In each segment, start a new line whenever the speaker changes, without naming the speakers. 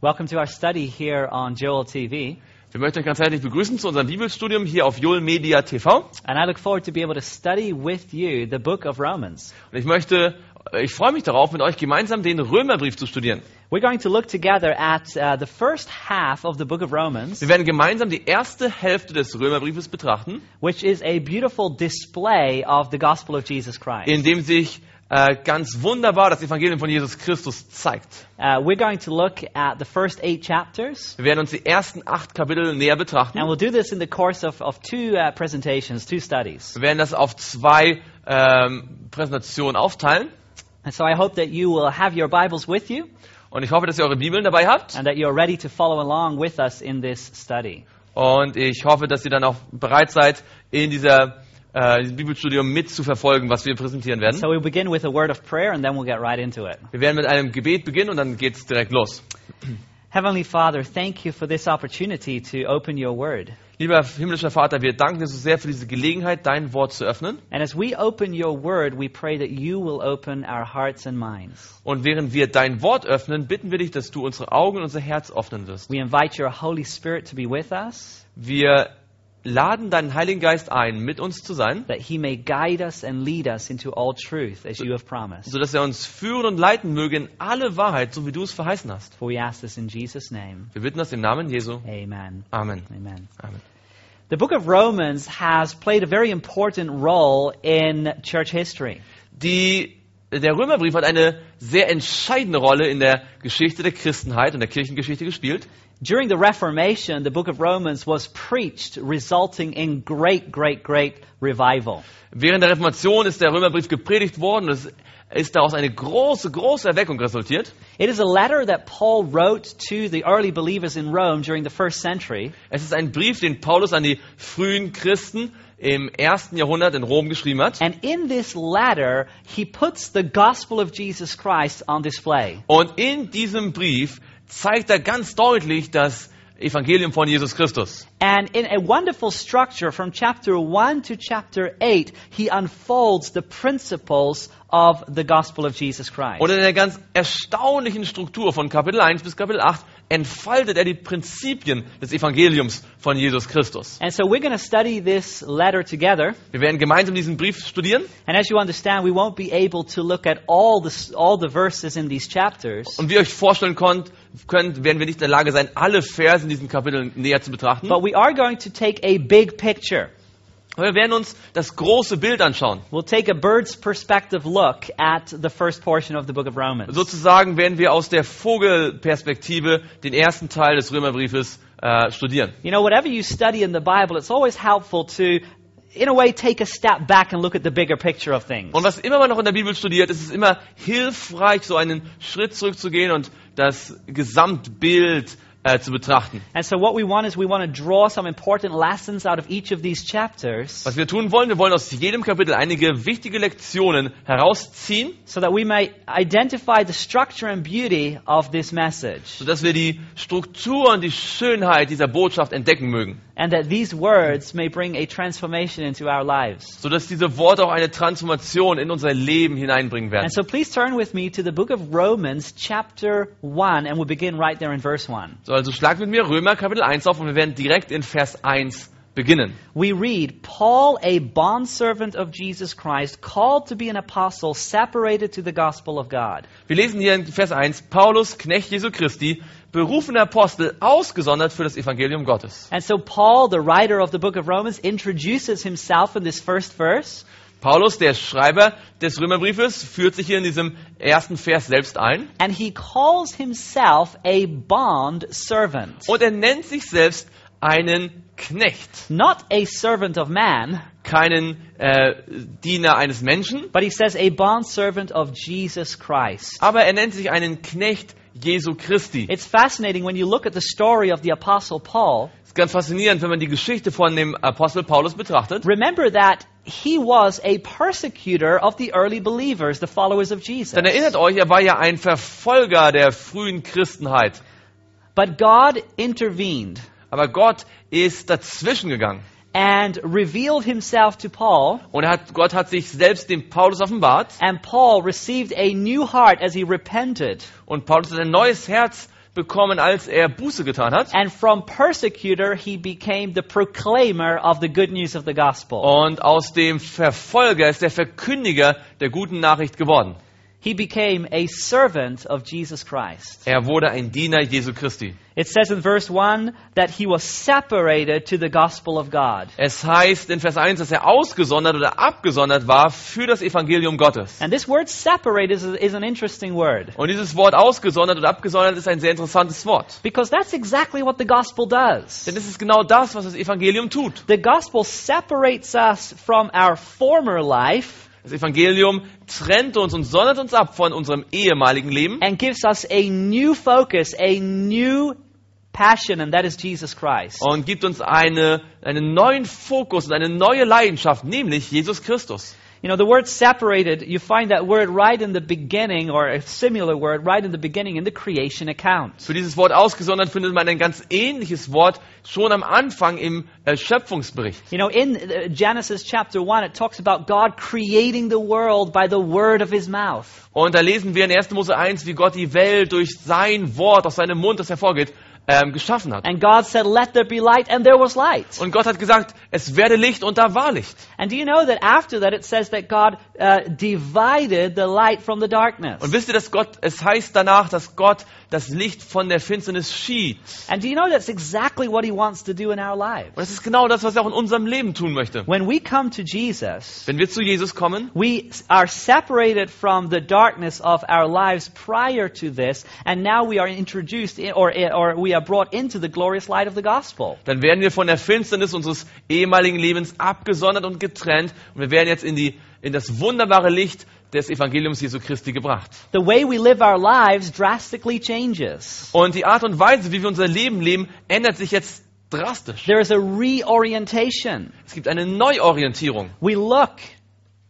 Welcome to our study here on Joel TV,
Wir möchten euch ganz herzlich begrüßen zu unserem Bibelstudium hier auf Joel Media TV.
and I look forward to be able to study with you the book of Romans.
Und ich möchte, äh, ich freue mich darauf, mit euch gemeinsam den Römerbrief zu studieren.
We're going to look together at uh, the first half of the book of Romans,
Wir werden gemeinsam die erste Hälfte des Römerbriefes betrachten,
which is a beautiful display of the gospel of Jesus Christ.
in dem sich äh, ganz wunderbar das Evangelium von Jesus Christus zeigt.
Uh, we're going to look at the first eight chapters,
Wir werden uns die ersten acht Kapitel näher betrachten.
and we'll do this in the course of, of two uh, presentations, two studies.
Wir werden das auf zwei ähm, Präsentationen aufteilen.
And so I hope that you will have your Bibles with you
Und ich hoffe, dass ihr eure Bibeln dabei habt.
and that you're ready to follow along with us in this study.
Und ich hoffe, dass ihr dann auch bereit seid, in dieser äh, diesem Bibelstudium mitzuverfolgen, was wir präsentieren werden.
So we'll begin with a word of prayer and then we'll get right into it.
Wir werden mit einem Gebet beginnen und dann geht's direkt los.
Heavenly Father, thank you for this opportunity to open your word.
Lieber himmlischer Vater, wir danken dir so sehr für diese Gelegenheit, dein Wort zu öffnen.
And as we open your word, we pray that you will open our hearts and minds.
Und während wir dein Wort öffnen, bitten wir dich, dass du unsere Augen und unser Herz öffnen wirst.
We invite your Holy Spirit to be with us,
Wir laden deinen Heiligen Geist ein, mit uns zu sein,
that he may guide us and lead us into all truth as you have promised.
sodass er uns führen und leiten möge in alle Wahrheit, so wie du es verheißen hast.
For we ask this in Jesus' name.
Wir bitten das im Namen Jesu.
Amen.
Amen.
Amen.
Amen.
The book of Romans has played a very important role in church history.
Die, der Römerbrief hat eine sehr entscheidende Rolle in der Geschichte der Christenheit und der Kirchengeschichte gespielt.
During the Reformation, the book of Romans was preached, resulting in great, great, great revival.
Während der Reformation ist der Römerbrief gepredigt worden und es ist daraus eine große, große Erweckung resultiert.
It is a letter that Paul wrote to the early believers in Rome during the first century,
Es ist ein Brief, den Paulus an die frühen Christen im ersten Jahrhundert in Rom geschrieben hat.
and in this letter, he puts the gospel of Jesus Christ on display.
Und in diesem Brief zeigt er ganz deutlich das Evangelium von Jesus Christus.
And in a wonderful structure from chapter 1 to chapter 8, he unfolds the principles of the gospel of Jesus Christ.
Und in der ganz erstaunlichen Struktur von Kapitel 1 bis Kapitel 8 entfaltet er die Prinzipien des Evangeliums von Jesus Christus.
And so we're going to study this letter together.
Wir werden gemeinsam diesen Brief studieren
And as you understand, we won't be able to look at all the, all the verses in these chapters.
und wie ihr euch vorstellen könnt, könnt, werden wir nicht in der Lage sein, alle Verse in diesen Kapiteln näher zu betrachten.
But we are going to take a big picture.
Aber wir werden uns das große Bild anschauen.
We'll take a bird's perspective look at the first portion of the book of Romans.
Sozusagen werden wir aus der Vogelperspektive den ersten Teil des Römerbriefes äh, studieren.
You know, whatever you study in the Bible, it's always helpful to, in a way, take a step back and look at the bigger picture of things.
Und was immer man noch in der Bibel studiert, ist es immer hilfreich, so einen Schritt zurückzugehen und das Gesamtbild äh, zu betrachten.
And so, what we want is we want to draw some important lessons out of each of these chapters
Was wir tun wollen, wir wollen aus jedem Kapitel einige wichtige Lektionen herausziehen,
so that we may identify the structure and beauty of this message
sodass wir die Struktur und die Schönheit dieser Botschaft entdecken mögen.
and that these words may bring a transformation into our lives.
Sodass diese Worte auch eine Transformation in unser Leben hineinbringen werden.
And so, please turn with me to the book of Romans, chapter 1, and we'll begin right there in verse 1.
So, also schlag mit mir Römer Kapitel 1 auf und wir werden direkt in Vers 1 beginnen.
we read, Paul, a bondservant of Jesus Christ, called to be an apostle, separated to the gospel of God.
Wir lesen hier in Vers 1, Paulus, Knecht Jesu Christi, berufener Apostel, ausgesondert für das Evangelium Gottes.
And so Paul, the writer of the book of Romans, introduces himself in this first verse.
Paulus, der Schreiber des Römerbriefes, führt sich hier in diesem ersten Vers selbst ein
And he calls himself a bond servant.
und er nennt sich selbst einen Knecht,
Not a servant of man,
keinen äh, Diener eines Menschen,
but he says a bond servant of Jesus Christ.
aber er nennt sich einen Knecht Jesu Christi.
It's fascinating when you look at the story of the apostle Paul.
ist ganz faszinierend, wenn man die Geschichte von dem Apostel Paulus betrachtet.
Remember that he was a persecutor of the early believers, the followers of Jesus.
Dann erinnert euch, er war ja ein Verfolger der frühen Christenheit.
But God intervened
Aber Gott ist dazwischen gegangen.
and revealed himself to Paul,
Und er hat, Gott hat sich selbst dem Paulus offenbart.
and Paul received a new heart as he repented.
Und Paulus hat ein neues Herz bekommen, als er Buße getan hat.
And from persecutor, he became the proclaimer of the good news of the gospel.
Und aus dem Verfolger ist der Verkündiger der guten Nachricht geworden.
He became a servant of Jesus Christ.
Er wurde ein Diener Jesu Christi.
It says in verse 1 that he was separated to the gospel of God.
Es heißt in Vers 1, dass er ausgesondert oder abgesondert war für das Evangelium Gottes.
And this word separate is, is an interesting word
Und dieses Wort ausgesondert oder abgesondert ist ein sehr interessantes Wort.
because that's exactly what the gospel does.
Denn es ist genau das, was das Evangelium tut.
The gospel separates us from our former life
Das Evangelium trennt uns und sondert uns ab von unserem ehemaligen Leben
and gives us a new focus, a new passion, and that is Jesus Christ.
und gibt uns eine, einen neuen Fokus und eine neue Leidenschaft, nämlich Jesus Christus.
You know, the word separated, you find that word right in the beginning, or a similar word right in the beginning in the creation account.
Für dieses Wort ausgesondert findet man ein ganz ähnliches Wort schon am Anfang im äh, Schöpfungsbericht.
You know, in uh, Genesis chapter 1, it talks about God creating the world by the word of his mouth.
Und da lesen wir in 1. Mose 1, wie Gott die Welt durch sein Wort, aus seinem Mund, das hervorgeht, ähm, geschaffen hat.
And God said, Let there be light, and there was light.
Und Gott hat gesagt, es werde Licht und da war Licht.
And do you know that after that, it says that God uh, divided the light from the darkness?
Und wisst ihr, dass Gott, es heißt danach, dass Gott das Licht von der Finsternis schied.
And do you know that's exactly what he wants to do in our lives?
Und das ist genau das, was er auch in unserem Leben tun möchte.
When we come to Jesus,
Wenn wir zu Jesus kommen,
we s- are separated from the darkness of our lives prior to this, and now we are introduced i- or, or we are brought into the glorious light of the gospel.
dann werden wir von der Finsternis unseres ehemaligen Lebens abgesondert und getrennt. Und wir werden jetzt in, die, in das wunderbare Licht des Evangeliums Jesu Christi gebracht.
The way we live our lives drastically changes.
Und die Art und Weise, wie wir unser Leben leben, ändert sich jetzt drastisch.
There is a reorientation.
Es gibt eine Neuorientierung.
We look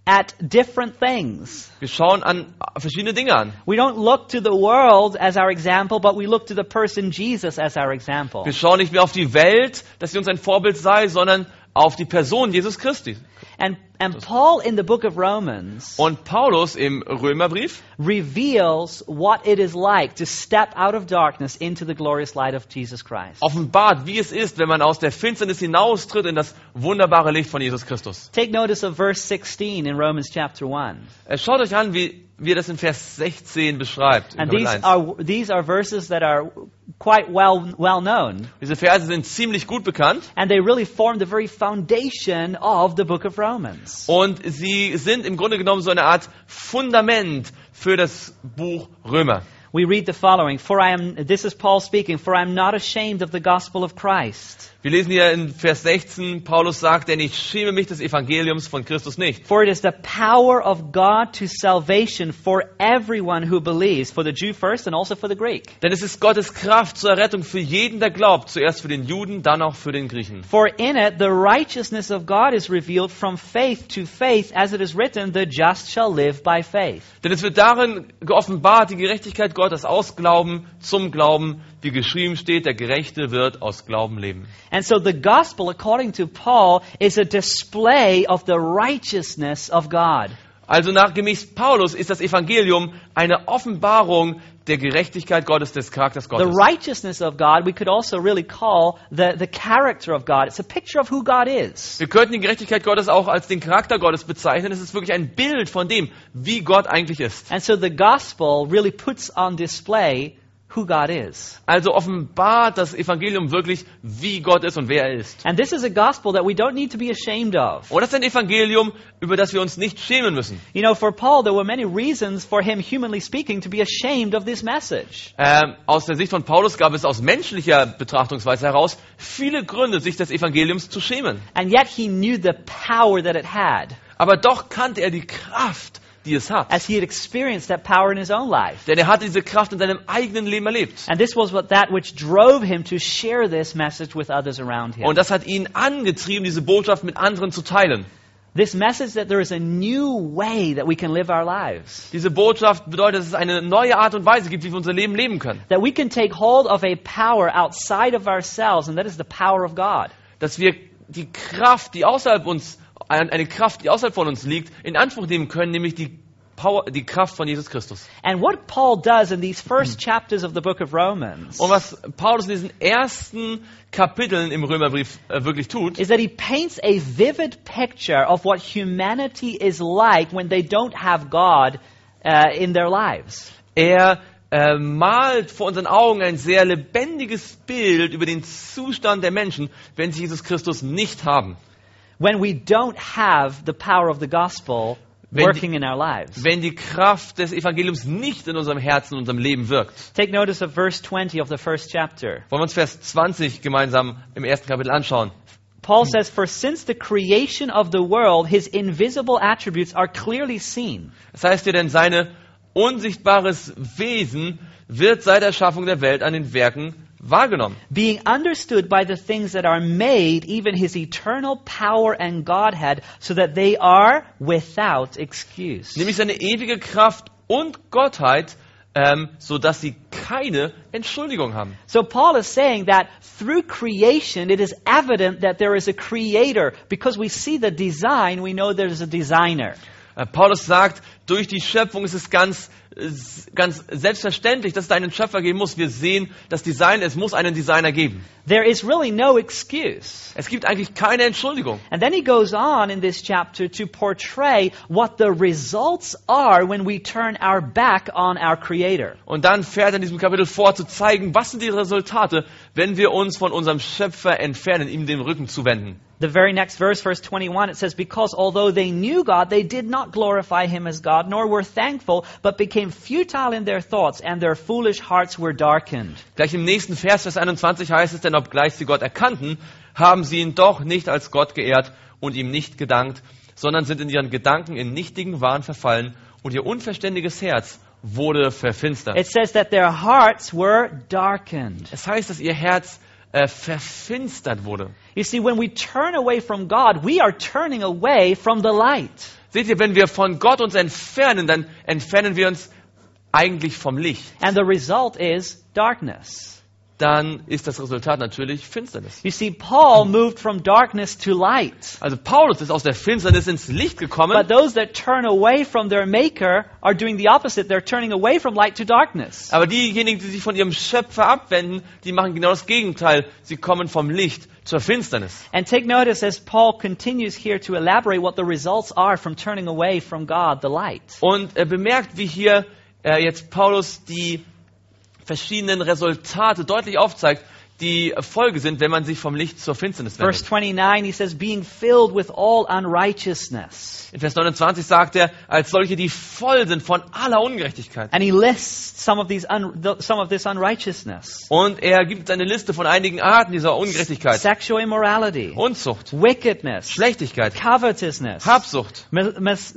at different things.
Wir schauen an verschiedene Dinge an.
We don't look to the world as our example, but we look to the person Jesus as our example.
Wir schauen nicht mehr auf die Welt, dass sie uns ein Vorbild sei, sondern auf die Person Jesus Christi.
And, and Paul in the book of Romans
Und Paulus im Römerbrief
reveals what it is like to step out of darkness into the glorious light of Jesus Christ.
offenbart, wie es ist, wenn man aus der Finsternis hinaustritt in das wunderbare Licht von Jesus Christus.
Take notice of verse 16 in Romans chapter 1.
Äh, Schaut euch an, wie, wie er das in Vers 16 beschreibt. in
And
Kapitel
these
1.
are, these are verses that are quite well, well known.
Diese Verse sind ziemlich gut bekannt
And they really form the very foundation of the book of Romans.
und sie sind im Grunde genommen so eine Art Fundament für das Buch Römer.
We read the following For I am, this is Paul speaking, for I am not ashamed of the gospel of Christ.
Wir lesen hier in Vers 16, Paulus sagt, denn ich schäme mich des Evangeliums von Christus nicht.
For it is the power of God to salvation for everyone who believes, for the Jew first and also for the Greek.
Denn es ist Gottes Kraft zur Errettung für jeden, der glaubt, zuerst für den Juden, dann auch für den Griechen.
For in it the righteousness of God is revealed from faith to faith, as it is written, the just shall live by faith.
Denn es wird darin geoffenbart, die Gerechtigkeit Gottes aus Glauben zum Glauben, wie geschrieben steht, der Gerechte wird aus Glauben leben.
And so the gospel, according to Paul, is a display of the righteousness of God.
Also nach gemäß Paulus ist das Evangelium eine Offenbarung der Gerechtigkeit Gottes, des Charakters
The
Gottes.
righteousness of God, we could also really call the, the character of God. It's a picture of who God is.
Wir könnten die Gerechtigkeit Gottes auch als den Charakter Gottes bezeichnen. Es ist wirklich ein Bild von dem, wie Gott eigentlich ist.
And so the gospel really puts on display who God is.
Also offenbart das Evangelium wirklich, wie Gott ist und wer er ist.
And this is a gospel that we don't need to be ashamed of.
Und das ist ein Evangelium, über das wir uns nicht schämen müssen.
You know, for Paul, there were many reasons for him, humanly speaking, to be ashamed of this message.
Ähm, aus der Sicht von Paulus gab es aus menschlicher Betrachtungsweise heraus viele Gründe, sich des Evangeliums zu schämen.
And yet he knew the power that it had,
Aber doch kannte er die Kraft, die es hat.
as he had experienced that power in his own life.
Denn er hatte diese Kraft in seinem eigenen Leben erlebt.
And this was what that which drove him to share this message with others around him.
Und das hat ihn angetrieben, diese Botschaft mit anderen zu teilen.
This message that there is a new way that we can live our lives.
Diese Botschaft bedeutet, dass es eine neue Art und Weise gibt, wie wir unser Leben leben können.
That we can take hold of a power outside of ourselves, and that is the power of God.
Dass wir die Kraft, die außerhalb uns, eine Kraft, die außerhalb von uns liegt, in Anspruch nehmen können, nämlich die Power, die Kraft von Jesus Christus.
And what Paul does in these first chapters of the book of Romans
Und was Paulus in diesen ersten Kapiteln im Römerbrief äh, wirklich tut,
is that he paints a vivid picture of what humanity is like when they don't have God uh, in their lives.
er äh, malt vor unseren Augen ein sehr lebendiges Bild über den Zustand der Menschen, wenn sie Jesus Christus nicht haben.
When we don't have the power of the gospel
Wenn die-
working in our lives.
Wenn die Kraft des Evangeliums nicht in unserem Herzen, in unserem Leben wirkt.
Take notice of verse 20 of the first chapter.
Wollen wir uns Vers 20 gemeinsam im ersten Kapitel anschauen.
Paul says, For since the creation of the world, his invisible attributes are clearly seen.
Das heißt ja denn, sein unsichtbares Wesen wird seit der Schaffung der Welt an den Werken wahrgenommen.
being understood by the things that are made, even his eternal power and Godhead, so that they are without excuse.
Nämlich seine ewige Kraft und Gottheit, ähm, sodass sie keine Entschuldigung haben.
So Paul is saying that through creation, it is evident that there is a creator. Because we see the design, we know there's a designer.
Äh, Paulus sagt, durch die Schöpfung ist es ganz, äh, s- ganz selbstverständlich, dass es einen Schöpfer geben muss. Wir sehen das Design, es muss einen Designer geben.
There is really no excuse.
Es gibt eigentlich keine Entschuldigung.
And then he goes on in this chapter to portray what the results are when we turn our back on our creator.
Und dann fährt er in diesem Kapitel vor, zu zeigen, was sind die Resultate, wenn wir uns von unserem Schöpfer entfernen, ihm den Rücken zuwenden.
The very next verse, verse 21, it says, Because although they knew God, they did not glorify him as God, nor were thankful, but became futile in their thoughts, and their foolish hearts were darkened.
Gleich im nächsten Vers, Vers 21 heißt es, denn obgleich sie Gott erkannten, haben sie ihn doch nicht als Gott geehrt und ihm nicht gedankt, sondern sind in ihren Gedanken in nichtigen Wahn verfallen und ihr unverständiges Herz wurde verfinstert.
It says that their hearts were darkened.
Es heißt, dass ihr Herz äh, verfinstert wurde.
You see, when we turn away from God, we are turning away from the light.
Seht ihr, wenn wir von Gott uns entfernen, dann entfernen wir uns eigentlich vom Licht.
And the result is darkness.
Dann ist das Resultat natürlich Finsternis.
You see, Paul moved from darkness to light.
Also Paulus ist aus der Finsternis ins Licht gekommen,
But those that turn away from their maker are doing the opposite. They're turning away from light to darkness.
aber diejenigen, die sich von ihrem Schöpfer abwenden, die machen genau das Gegenteil. Sie kommen vom Licht zur Finsternis.
And take notice as Paul continues here to elaborate what the results are from turning away from God, the light.
Und äh, bemerkt, wie hier äh, jetzt Paulus die verschiedenen Resultate deutlich aufzeigt, die Folge sind, wenn man sich vom Licht zur Finsternis wendet.
Verse 29, he says, being filled with all unrighteousness.
In Vers 29 sagt er, als solche, die voll sind von aller Ungerechtigkeit.
And he lists some of, these un- th- some of this unrighteousness
Und er gibt eine Liste von einigen Arten dieser Ungerechtigkeit.
sexual immorality,
Unzucht,
wickedness,
Schlechtigkeit,
covetousness,
Habsucht,
mal- mas-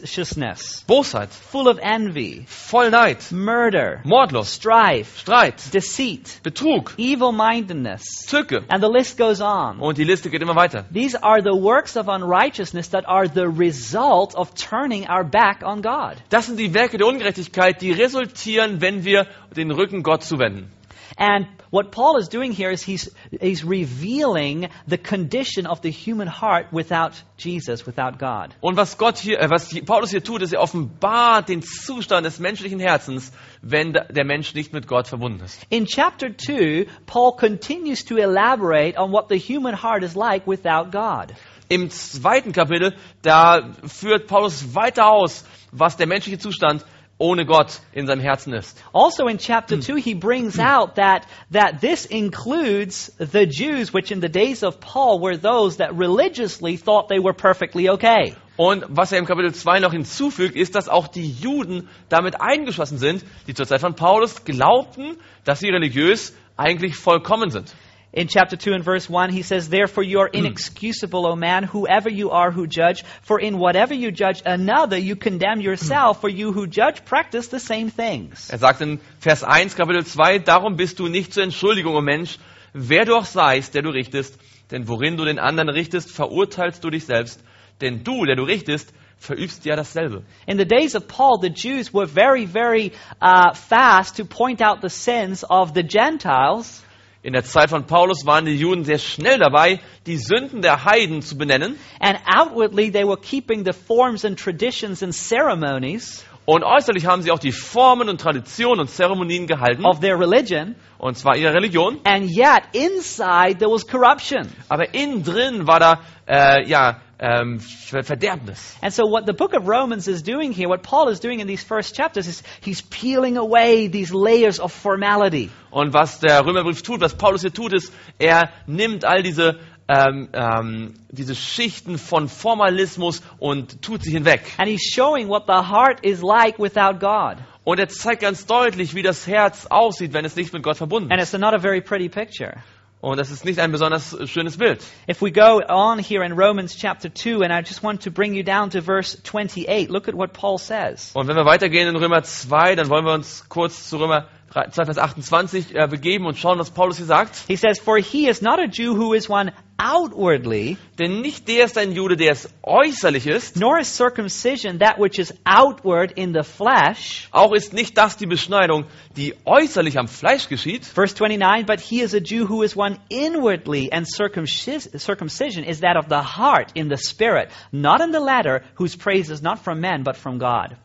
maliciousness,
Bosheit,
full of envy,
voll Neid,
murder,
Mordlust,
strife,
Streit,
deceit,
Betrug,
evil mindedness.
Zücke.
And the list goes on.
Und die Liste geht immer weiter.
These are the works of unrighteousness that are the result of turning our back on God.
Das sind die Werke der Ungerechtigkeit, die resultieren, wenn wir den Rücken Gott zuwenden.
And what Paul is doing here is he's, he's revealing the condition of the human heart without Jesus, without God.
Und was Gott hier, äh, was Paulus hier tut, ist, er offenbart den Zustand des menschlichen Herzens, wenn der Mensch nicht mit Gott verbunden ist.
In chapter 2, Paul continues to elaborate on what the human heart is like without God.
Im zweiten Kapitel, da führt Paulus weiter aus, was der menschliche Zustand ohne Gott in seinem Herzen ist.
Also in chapter 2, he brings out that, that this includes the Jews, which in the days of Paul were those that religiously thought they were perfectly okay.
Und was er im Kapitel 2 noch hinzufügt, ist, dass auch die Juden damit eingeschlossen sind, die zur Zeit von Paulus glaubten, dass sie religiös eigentlich vollkommen sind.
In chapter 2 and verse 1, he says, Therefore you are inexcusable, O man, whoever you are who judge, for in whatever you judge another, you condemn yourself, for you who judge practice the same things.
Er sagt in Vers 1, Kapitel 2, darum bist du nicht zur Entschuldigung, o Mensch, wer du auch seist, der du richtest, denn worin du den anderen richtest, verurteilst du dich selbst, denn du, der du richtest, verübst ja dasselbe.
In the days of Paul, the Jews were very, very uh, fast to point out the sins of the Gentiles,
In der Zeit von Paulus waren die Juden sehr schnell dabei, die Sünden der Heiden zu benennen.
And outwardly, they were keeping the forms and traditions and ceremonies
Und äußerlich haben sie auch die Formen und Traditionen und Zeremonien gehalten,
of their religion.
und zwar ihre Religion.
And yet, inside, there was corruption.
Aber innen drin war da äh, ja, ähm, Ver- Verderbnis.
And so, what the book of Romans is doing here, what Paul is doing in these first chapters, is he's peeling away these layers of formality.
Und was der Römerbrief tut, was Paulus hier tut, ist, er nimmt all diese, ähm, ähm, diese Schichten von Formalismus und tut sie hinweg.
And he's showing what the heart is like without God.
Und er zeigt ganz deutlich, wie das Herz aussieht, wenn es nicht mit Gott verbunden
And
ist.
it's not a very pretty picture.
Und das ist nicht ein besonders schönes Bild.
If we go on here in Romans chapter 2, and I just want to bring you down to verse 28, look at what Paul says.
Und wenn wir weitergehen in Römer 2, dann wollen wir uns kurz zu Römer 3, 2, Vers 28 äh, begeben und schauen, was Paulus hier sagt.
He says, For he is not a Jew who is one outwardly,
Denn nicht der ist ein Jude, der es äußerlich ist,
nor is circumcision that which is outward in the flesh.
auch ist nicht das die Beschneidung, die äußerlich am Fleisch geschieht,
Verse 29, But he is a Jew who is one inwardly, and circumcis- circumcision is that of the heart in the spirit, not in the latter, whose praise is not from men, but from God.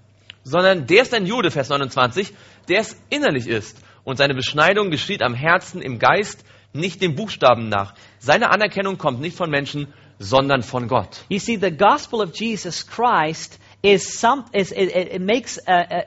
sondern der ist ein Jude, Vers 29, der es innerlich ist. Und seine Beschneidung geschieht am Herzen, im Geist, nicht dem Buchstaben nach. Seine Anerkennung kommt nicht von Menschen, sondern von Gott.
You see, the gospel of Jesus Christ is some. Is, it, it it makes a, a,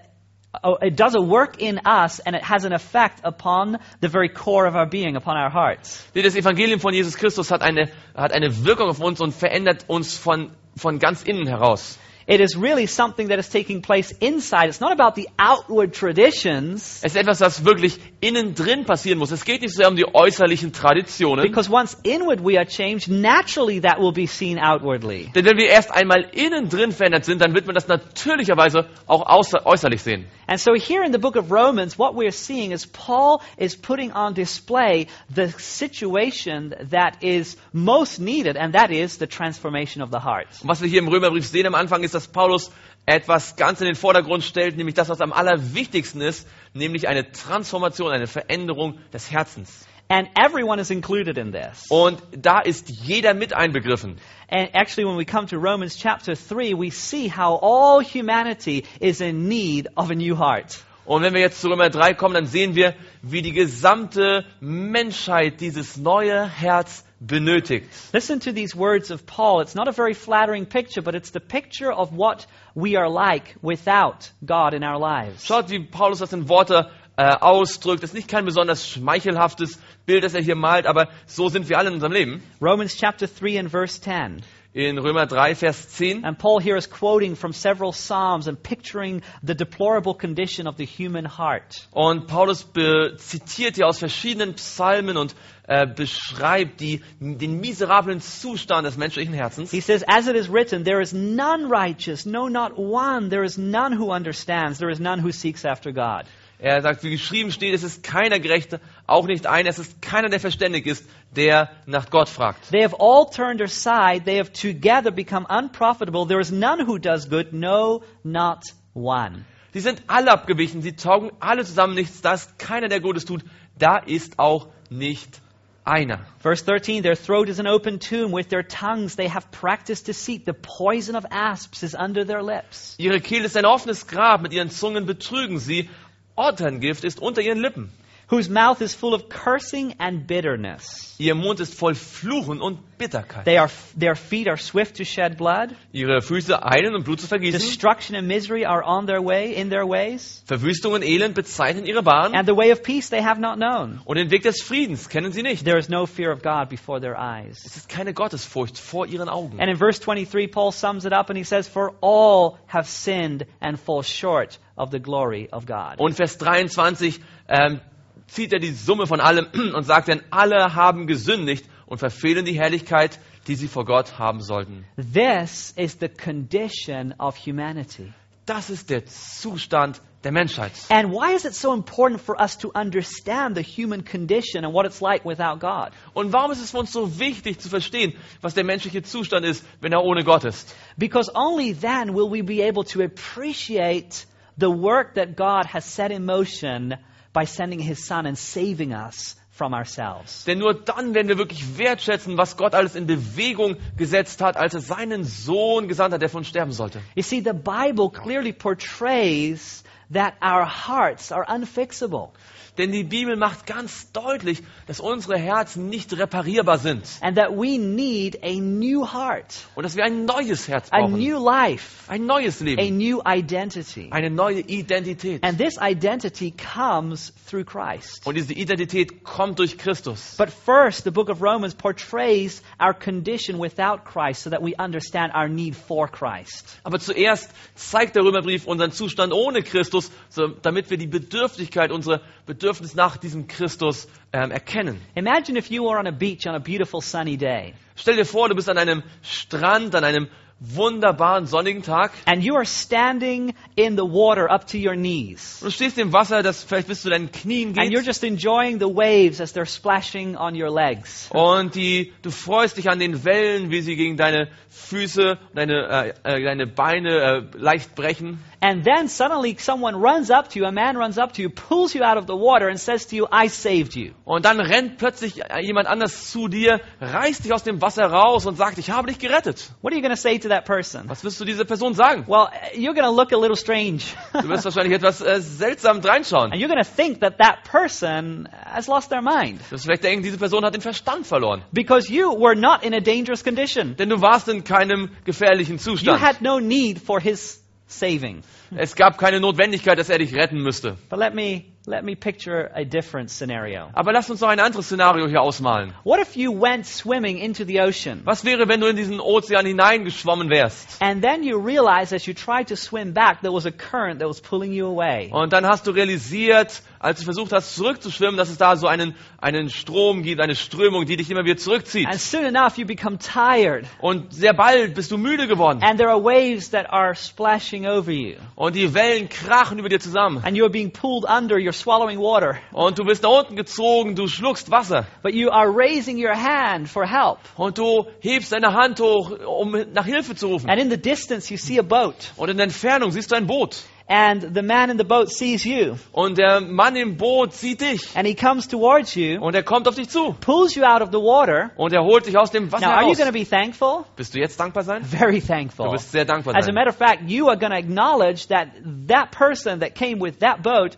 a- it does a work in us, and it has an effect upon the very core of our being, upon our hearts.
Denn Das Evangelium von Jesus Christus hat eine, hat eine Wirkung auf uns und verändert uns von, von ganz innen heraus.
It is really something that is taking place inside. It's not about the outward traditions,
Es ist etwas, was wirklich innen drin passieren muss. Es geht nicht so sehr um die äußerlichen Traditionen.
because once inward we are changed, naturally that will be seen outwardly.
Denn wenn wir erst einmal innen drin verändert sind, dann wird man das natürlicherweise auch außer, äußerlich sehen.
And so here in the book of Romans, what we're seeing is Paul is putting on display the situation that is most needed, and that is the transformation of the heart.
Und was wir hier im Römerbrief sehen am Anfang ist, dass Paulus etwas ganz in den Vordergrund stellt, nämlich das, was am allerwichtigsten ist, nämlich eine Transformation, eine Veränderung des Herzens.
And everyone is included in this.
Und da ist jeder mit einbegriffen.
And actually, when we come to Romans chapter 3, we see how all humanity is in need of a new heart.
Und wenn wir jetzt zu Römer 3 kommen, dann sehen wir, wie die gesamte Menschheit dieses neue Herz benötigt.
Listen to these words of Paul. It's not a very flattering picture, but it's the picture of what we are like without God in our lives.
Schaut, wie Paulus das in Worte äh, ausdrückt. Das ist nicht kein besonders schmeichelhaftes Bild, das er hier malt, aber so sind wir alle in unserem Leben.
Romans chapter 3 and verse 10.
In Römer 3, Vers 10.
And Paul here is quoting from several Psalms and picturing the deplorable condition of the human heart.
Und Paulus be- zitiert hier aus verschiedenen Psalmen und äh, beschreibt die, den miserablen Zustand des menschlichen Herzens.
He says, As it is written, there is none righteous, no, not one. There is none who understands. There is none who seeks after God.
Er sagt, wie geschrieben steht, es ist keiner Gerechte, auch nicht einer, es ist keiner, der verständig ist, der nach Gott fragt.
They have all turned aside. They have together become unprofitable. There is none who does good, no, not one.
Sie sind alle abgewichen, sie taugen alle zusammen nichts, da ist keiner, der Gutes tut, da ist auch nicht einer.
Verse 13 Their throat is an open tomb. With their tongues they have practiced deceit. The poison of asps is under their lips.
Ihre Kehle ist ein offenes Grab, mit ihren Zungen betrügen sie, Otterngift ist unter ihren Lippen,
Whose mouth is full of cursing and bitterness.
ihr Mund ist voll Fluchen und Bitterkeit,
They are, their feet are swift to shed blood.
ihre Füße einen und Blut zu vergießen,
Destruction and misery are on their way, in their ways.
Verwüstung und Elend bezeichnen ihre Bahn
And the way of peace they have not known.
und den Weg des Friedens kennen sie nicht.
There is no fear of God before their eyes.
Es ist keine Gottesfurcht vor ihren Augen.
And in verse 23, Paul sums it up and he says, For all have sinned and fall short of the glory of God.
Und Vers 23 ähm, zieht er die Summe von allem und sagt, denn alle haben gesündigt und verfehlen die Herrlichkeit, die sie vor Gott haben sollten.
This is the condition of humanity.
Das ist der Zustand der Menschheit.
And why is it so important for us to understand the human condition and what it's like without God?
Und warum ist es für uns so wichtig zu verstehen, was der menschliche Zustand ist, wenn er ohne Gott ist?
Because only then will we be able to appreciate the work that God has set in motion by sending his son and saving us from ourselves.
Denn nur dann werden wir wirklich wertschätzen, was Gott alles in Bewegung gesetzt hat, als er seinen Sohn gesandt hat, der für uns sterben sollte.
You see, the Bible clearly portrays that our hearts are unfixable
Denn die Bibel macht ganz deutlich, dass unsere Herzen nicht reparierbar sind
and that we need a new heart,
und dass wir ein neues Herz
a
brauchen,
new life,
ein neues
a
Leben,
new identity.
eine neue Identität.
And this identity comes through Christ.
Und diese Identität kommt durch Christus.
But first, the book of Romans portrays our condition without Christ so that we understand our need for Christ.
Aber zuerst zeigt der Römerbrief unseren Zustand ohne Christus, so, damit wir die Bedürftigkeit, unsere Bedürfnis nach diesem Christus ähm, erkennen.
Imagine if you were on a beach on a beautiful sunny day
Stell dir vor, du bist an einem Strand, an einem wunderbaren sonnigen Tag
and you are standing in the water up to your knees.
und du stehst im Wasser, das vielleicht bis zu deinen Knien
And you're
geht
just enjoying the waves as they're splashing on your legs.
und die, du freust dich an den Wellen, wie sie gegen deine Füße, deine, äh, äh, deine Beine äh, leicht brechen.
And then suddenly someone runs up to you, a man runs up to you, pulls you out of the water and says to you, I saved you.
Und dann rennt plötzlich äh, jemand anders zu dir, reißt dich aus dem Wasser raus und sagt, ich habe dich gerettet.
What are you going to say to that person?
Was wirst du dieser Person sagen?
Well, you're going to look a little strange.
Du wirst wahrscheinlich etwas äh, seltsam reinschauen.
And you're going to think that that person has lost their mind
Du wirst vielleicht denken, diese Person hat den Verstand verloren.
because you were not in a dangerous condition.
Denn du warst in keinem gefährlichen
You
Zustand.
had no need for his saving.
Es gab keine Notwendigkeit, dass er dich retten müsste.
But let me let me picture a different scenario.
Aber lass uns noch ein anderes Szenario hier ausmalen.
What if you went swimming into the ocean
Was wäre, wenn du in diesen Ozean hineingeschwommen wärst?
and then you realize as you tried to swim back there was a current that was pulling you away.
Und dann hast du realisiert, als du versucht hast, zurückzuschwimmen, dass es da so einen, einen Strom gibt, eine Strömung, die dich immer wieder zurückzieht.
And soon enough you become tired
Und sehr bald bist du müde geworden.
and there are waves that are splashing over you
Und die Wellen krachen über dir zusammen.
and you're being pulled under, you're swallowing water,
Und du bist nach unten gezogen, du schluckst Wasser.
but you are raising your hand for help.
Und du hebst deine Hand hoch, um nach Hilfe zu rufen.
And in the distance, you see a boat,
Und in der Entfernung siehst du ein Boot.
and the man in the boat sees you,
Und der Mann im Boot sieht dich.
and he comes towards you,
Und er kommt auf dich zu.
pulls you out of the water.
Und er holt dich aus dem Wasser
Now, are you
raus.
going to be thankful?
Bist du jetzt dankbar sein?
Very
Du
thankful.
wirst sehr dankbar
As a
sein.
matter of fact, you are going to acknowledge that that person that came with that boat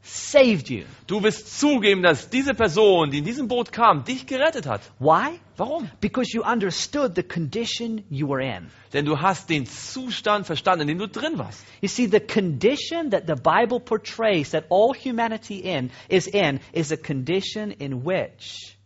saved you.
Du wirst zugeben, dass diese Person, die in diesem Boot kam, dich gerettet hat.
Why?
Warum?
Because you understood the condition you were in.
Denn du hast den Zustand verstanden, in dem du drin warst.
You see, the condition that the Bible portrays that all humanity in is in is a condition in which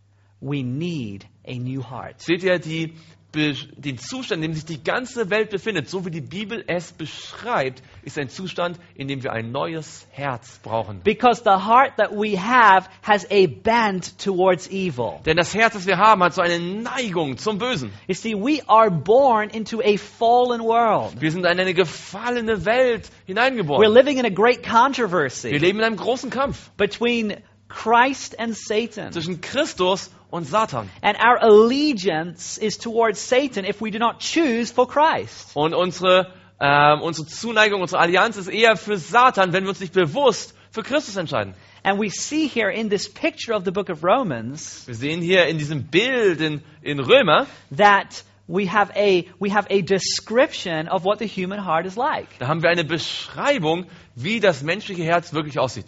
we need a new heart.
Seht ihr die, be- den Zustand, in dem sich die ganze Welt befindet, so wie die Bibel es beschreibt, ist ein Zustand, in dem wir ein neues Herz brauchen.
Because the heart that we have has a bent towards evil.
Denn das Herz, das wir haben, hat so eine Neigung zum Bösen.
You see, we are born into a fallen world.
Wir sind in eine gefallene Welt
We're
hineingeboren.
living in a great
Wir
controversy
leben in einem großen Kampf
between Christ and Satan.
zwischen Christus und Satan.
And our allegiance is towards Satan if we do not choose for Christ.
Und unsere, ähm, unsere Zuneigung, unsere Allianz ist eher für Satan, wenn wir uns nicht bewusst für Christus entscheiden.
And we see here in this picture of the book of Romans
Wir sehen hier in diesem Bild in, in Römer,
that we have a we have a description of what the human heart is like.
Da haben wir eine Beschreibung, wie das menschliche Herz wirklich aussieht.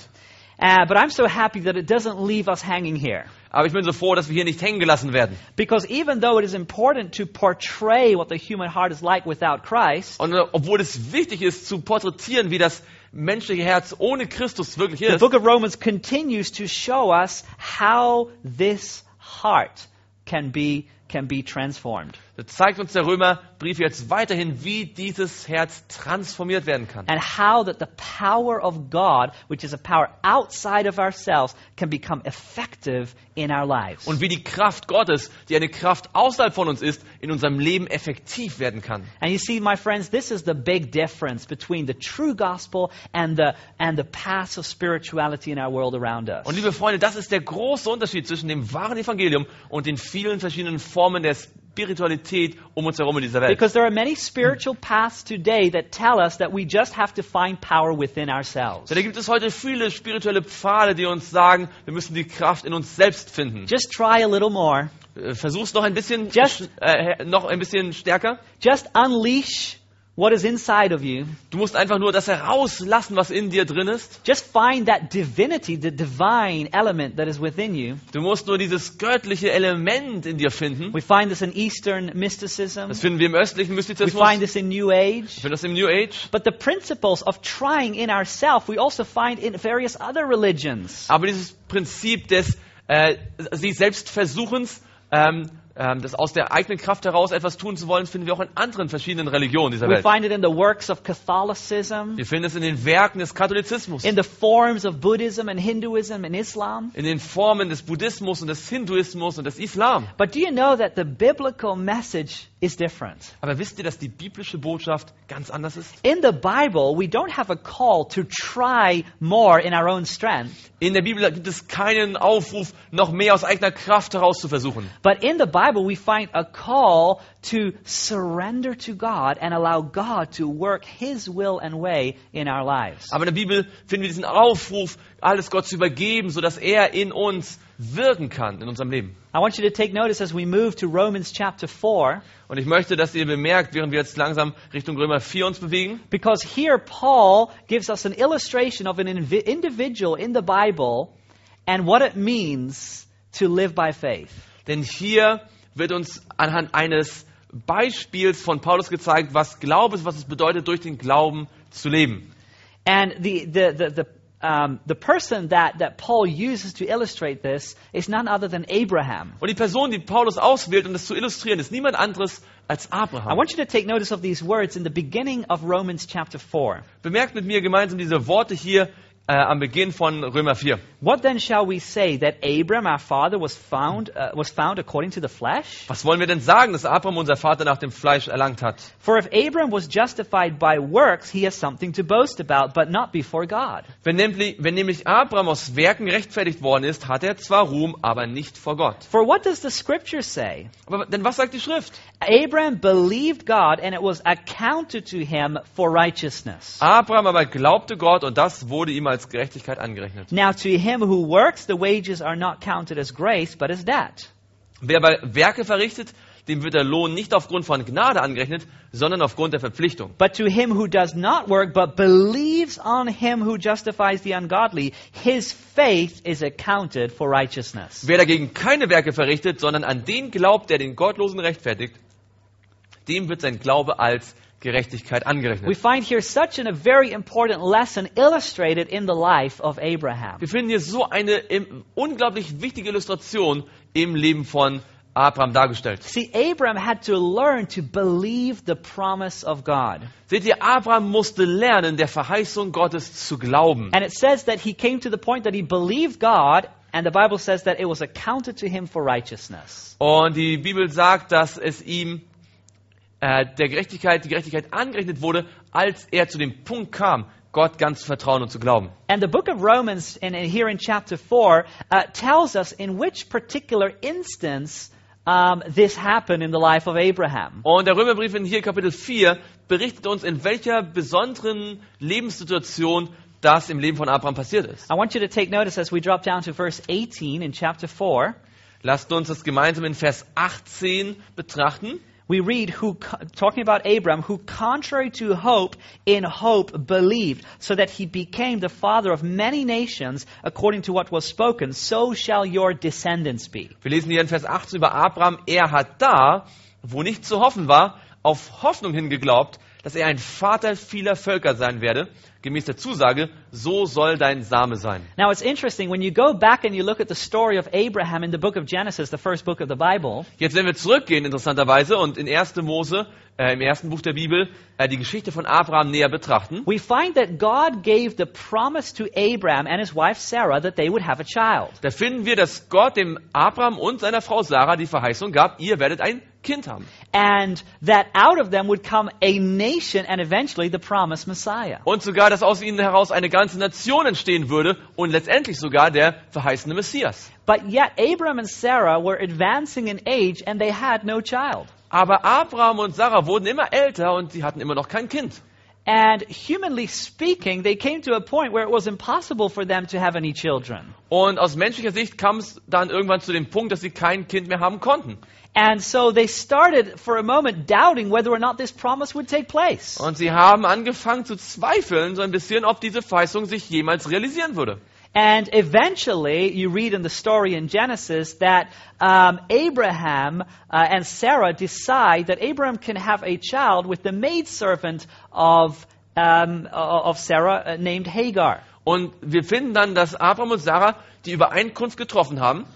Uh, but I'm so happy that it doesn't leave us hanging here.
Aber ich bin so froh, dass wir hier nicht hängen gelassen werden.
Because even though it is important to portray what the human heart is like without Christ,
Und äh, obwohl es wichtig ist, zu porträtieren, wie das menschliche Herz ohne Christus wirklich
the
ist,
book of Romans continues to show us how this heart can be can be transformed
da zeigt uns der Römerbrief jetzt weiterhin, wie dieses Herz transformiert werden kann.
and how that the power of God, which is a power outside of ourselves, can become effective in our lives.
Und wie die Kraft Gottes, die eine Kraft außerhalb von uns ist, in unserem Leben effektiv werden kann.
And you see, my friends, this is the big difference between the true gospel and the and the passive spirituality in our world around us.
Und liebe Freunde, das ist der große Unterschied zwischen dem wahren Evangelium und den vielen verschiedenen Formen der Spiritualität um uns herum in dieser Welt.
Because there are many spiritual paths today that tell us that we just have to find power within ourselves.
Denn da gibt es heute viele spirituelle Pfade, die uns sagen, wir müssen die Kraft in uns selbst finden.
Just try a little more.
Äh, Versuch's noch ein bisschen,
Just-
äh, noch ein bisschen stärker.
Just unleash what is inside of you.
Du musst einfach nur das herauslassen, was in dir drin ist.
Just find that divinity, the divine element that is within you.
Du musst nur dieses göttliche Element in dir finden.
We find this in Eastern mysticism.
Das finden wir im östlichen
We
Mystizismus.
find
Wir
this in New Age.
finden das im New Age.
But the principles of trying in ourself we also find in various other religions.
Aber dieses Prinzip des äh, sich selbst Versuchens, ähm, ähm, das aus der eigenen Kraft heraus etwas tun zu wollen, finden wir auch in anderen verschiedenen Religionen dieser
We
Welt.
find it in the works of Catholicism,
Wir finden es in den Werken des Katholizismus,
in the forms of Buddhism and Hinduism and Islam.
in den Formen des Buddhismus und des Hinduismus und des Islam.
But do you know that the biblical message is different?
Aber wisst ihr, dass die biblische Botschaft ganz anders ist?
In the Bible, we don't have a call to try more in our own strength.
In der Bibel gibt es keinen Aufruf, noch mehr aus eigener Kraft heraus zu versuchen.
But in the Bible, we find a call to surrender to God and allow God to work His will and way in our lives.
Aber in der Bibel finden wir diesen Aufruf, alles Gott zu übergeben, sodass er in uns wirken kann, in unserem Leben.
I want you to take notice as we move to Romans chapter 4,
Und ich möchte, dass ihr bemerkt, während wir jetzt langsam Richtung Römer 4 uns bewegen,
because here Paul gives us an illustration of an invi- individual in the Bible and what it means to live by faith.
denn hier wird uns anhand eines Beispiels von Paulus gezeigt, was Glaube ist, was es bedeutet, durch den Glauben zu leben.
And the the the, the um, the person that, that Paul uses to illustrate this is none other than Abraham.
Und die Person, die Paulus auswählt, um das zu illustrieren, ist niemand anderes als
I
Abraham.
want you to take notice of these words in the beginning of Romans chapter 4.
Bemerkt mit mir gemeinsam diese Worte hier äh, am Beginn von Römer 4.
What then shall we say that Abram our father was found uh, was found according to the flesh?
Was wollen wir denn sagen, dass Abraham, unser Vater, nach dem Fleisch erlangt hat?
For if Abram was justified by works, he has something to boast about, but not before God.
Wenn nämlich, wenn nämlich Abraham aus Werken gerechtfertigt worden ist, hat er zwar Ruhm, aber nicht vor Gott.
For what does the scripture say?
Aber denn was sagt die Schrift?
Abram believed God and it was accounted to him for righteousness.
Abraham aber glaubte Gott und das wurde ihm als Gerechtigkeit angerechnet.
Now to him who works, the wages are not counted as grace, but as debt.
Wer aber Werke verrichtet, dem wird der Lohn nicht aufgrund von Gnade angerechnet, sondern aufgrund der Verpflichtung.
But to him who does not work, but believes on him who justifies the ungodly, his faith is accounted for righteousness.
Wer dagegen keine Werke verrichtet, sondern an den glaubt, der den Gottlosen rechtfertigt, dem wird sein Glaube als Gerechtigkeit
We
angerechnet.
find here such an, a very important lesson illustrated in the life of Abraham.
Wir finden hier so eine ähm, unglaublich wichtige Illustration im Leben von Abraham dargestellt.
See, Abraham had to learn to believe the promise of God.
Seht ihr, Abraham musste lernen, der Verheißung Gottes zu glauben.
And it says that he came to the point that he believed God, and the Bible says that it was accounted to him for righteousness.
Und die Bibel sagt, dass es ihm äh, der Gerechtigkeit, die Gerechtigkeit angerechnet wurde, als er zu dem Punkt kam, Gott ganz zu vertrauen und zu glauben.
And the book of Romans, and and here in chapter 4, uh, tells us in which particular instance um, this happened in the life of Abraham.
Und der Römerbrief in hier Kapitel 4 berichtet uns, in welcher besonderen Lebenssituation das im Leben von Abraham passiert ist.
I want you to take notice as we drop down to verse 18 in chapter 4.
Lasst uns das gemeinsam in Vers 18 betrachten.
We read, who, co- talking about Abram, who contrary to hope, in hope believed, so that he became the father of many nations, according to what was spoken, so shall your descendants be.
Wir lesen hier in Vers 18 über Abraham. Er hat da, wo nicht zu hoffen war, auf Hoffnung hingeglaubt, dass er ein Vater vieler Völker sein werde. Gemäß der Zusage, so soll dein Same sein.
Now it's interesting, when you go back and you look at the story of Abraham in the book of Genesis, the first book of the Bible,
Jetzt, wenn wir zurückgehen, interessanterweise, und in 1. Mose, äh, im ersten Buch der Bibel, äh, die Geschichte von Abraham näher betrachten,
we find that God gave the promise to Abraham and his wife Sarah that they would have a child.
da finden wir, dass Gott dem Abraham und seiner Frau Sarah die Verheißung gab, ihr werdet ein Kind haben.
and that out of them would come a nation and eventually the promised Messiah.
Und sogar, dass aus ihnen heraus eine ganze Nation entstehen würde und letztendlich sogar der verheißene Messias.
But yet, Abram and Sarah were advancing in age and they had no child.
Aber Abraham und Sarah wurden immer älter und sie hatten immer noch kein Kind.
And humanly speaking, they came to a point where it was impossible for them to have any children.
Und aus menschlicher Sicht kam es dann irgendwann zu dem Punkt, dass sie kein Kind mehr haben konnten.
And so they started for a moment doubting whether or not this promise would take place.
Und sie haben angefangen zu zweifeln, so ein bisschen, ob diese Verheißung sich jemals realisieren würde.
And eventually, you read in the story in Genesis that um, Abraham uh, and Sarah decide that Abraham can have a child with the maidservant of, um, of Sarah uh, named Hagar.
Und wir finden dann, dass Abraham und Sarah die Übereinkunft getroffen haben,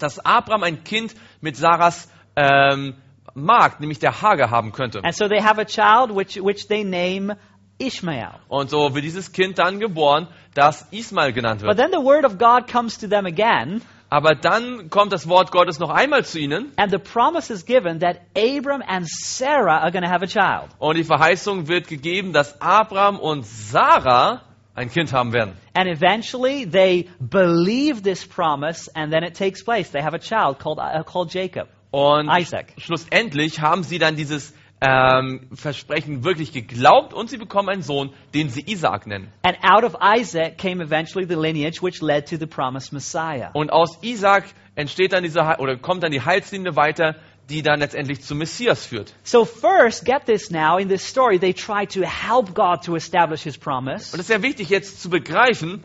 dass Abraham ein Kind mit Sarahs ähm, Magd, nämlich der Hager, haben könnte.
And so they have a child which, which they name Ishmael.
Und so wird dieses Kind dann geboren, das Ismael genannt
But
wird.
then the word of God comes to them again,
Aber dann kommt das Wort Gottes noch einmal zu ihnen
and the promise is given that Abram and Sarah are going to have a child.
und die Verheißung wird gegeben, dass Abraham und Sarah ein Kind haben werden.
And eventually, they believe this promise, and then it takes place. They have a child called, uh, called Jacob.
Und
Isaac.
schlussendlich haben sie dann dieses ähm, Versprechen wirklich geglaubt und sie bekommen einen Sohn, den sie Isaak nennen.
And out of Isaac came eventually the lineage which led to the promised Messiah.
Und aus Isaak entsteht dann diese He- oder kommt dann die Heilslinie weiter, die dann letztendlich zum Messias führt.
So, first, get this now, in this story, they try to help God to establish his promise.
Und es ist sehr wichtig jetzt zu begreifen,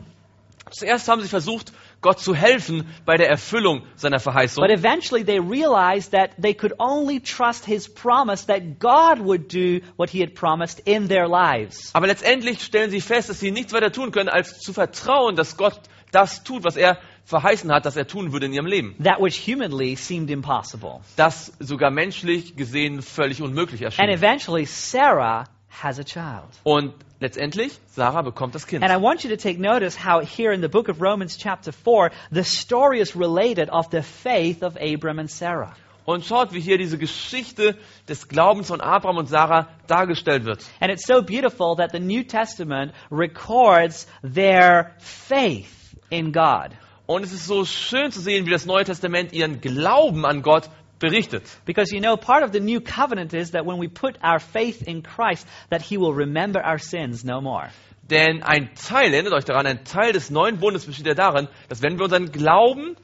zuerst haben sie versucht, Gott zu helfen bei der Erfüllung seiner Verheißung.
But eventually, they realized that they could only trust his promise that God would do what he had promised in their lives.
Aber letztendlich stellen sie fest, dass sie nichts weiter tun können, als zu vertrauen, dass Gott das tut, was er verheißen hat, dass er tun würde in ihrem Leben.
That which humanly seemed impossible.
Das sogar menschlich gesehen völlig unmöglich erschien.
And eventually, Sarah has a child.
Und letztendlich, Sarah bekommt das Kind.
And I want you to take notice how here in the book of Romans, chapter 4, the story is related of the faith of Abram and Sarah.
Und schaut, wie hier diese Geschichte des Glaubens von Abraham und Sarah dargestellt wird.
And it's so beautiful that the New Testament records their faith in God.
Und es ist so schön zu sehen, wie das Neue Testament ihren Glauben an Gott berichtet.
Because you know, part of the new covenant is that when we put our faith in Christ, that He will remember our sins no more.
Denn ein Teil, erinnert euch daran, ein Teil des neuen Bundes besteht ja darin, dass wenn wir unseren Glauben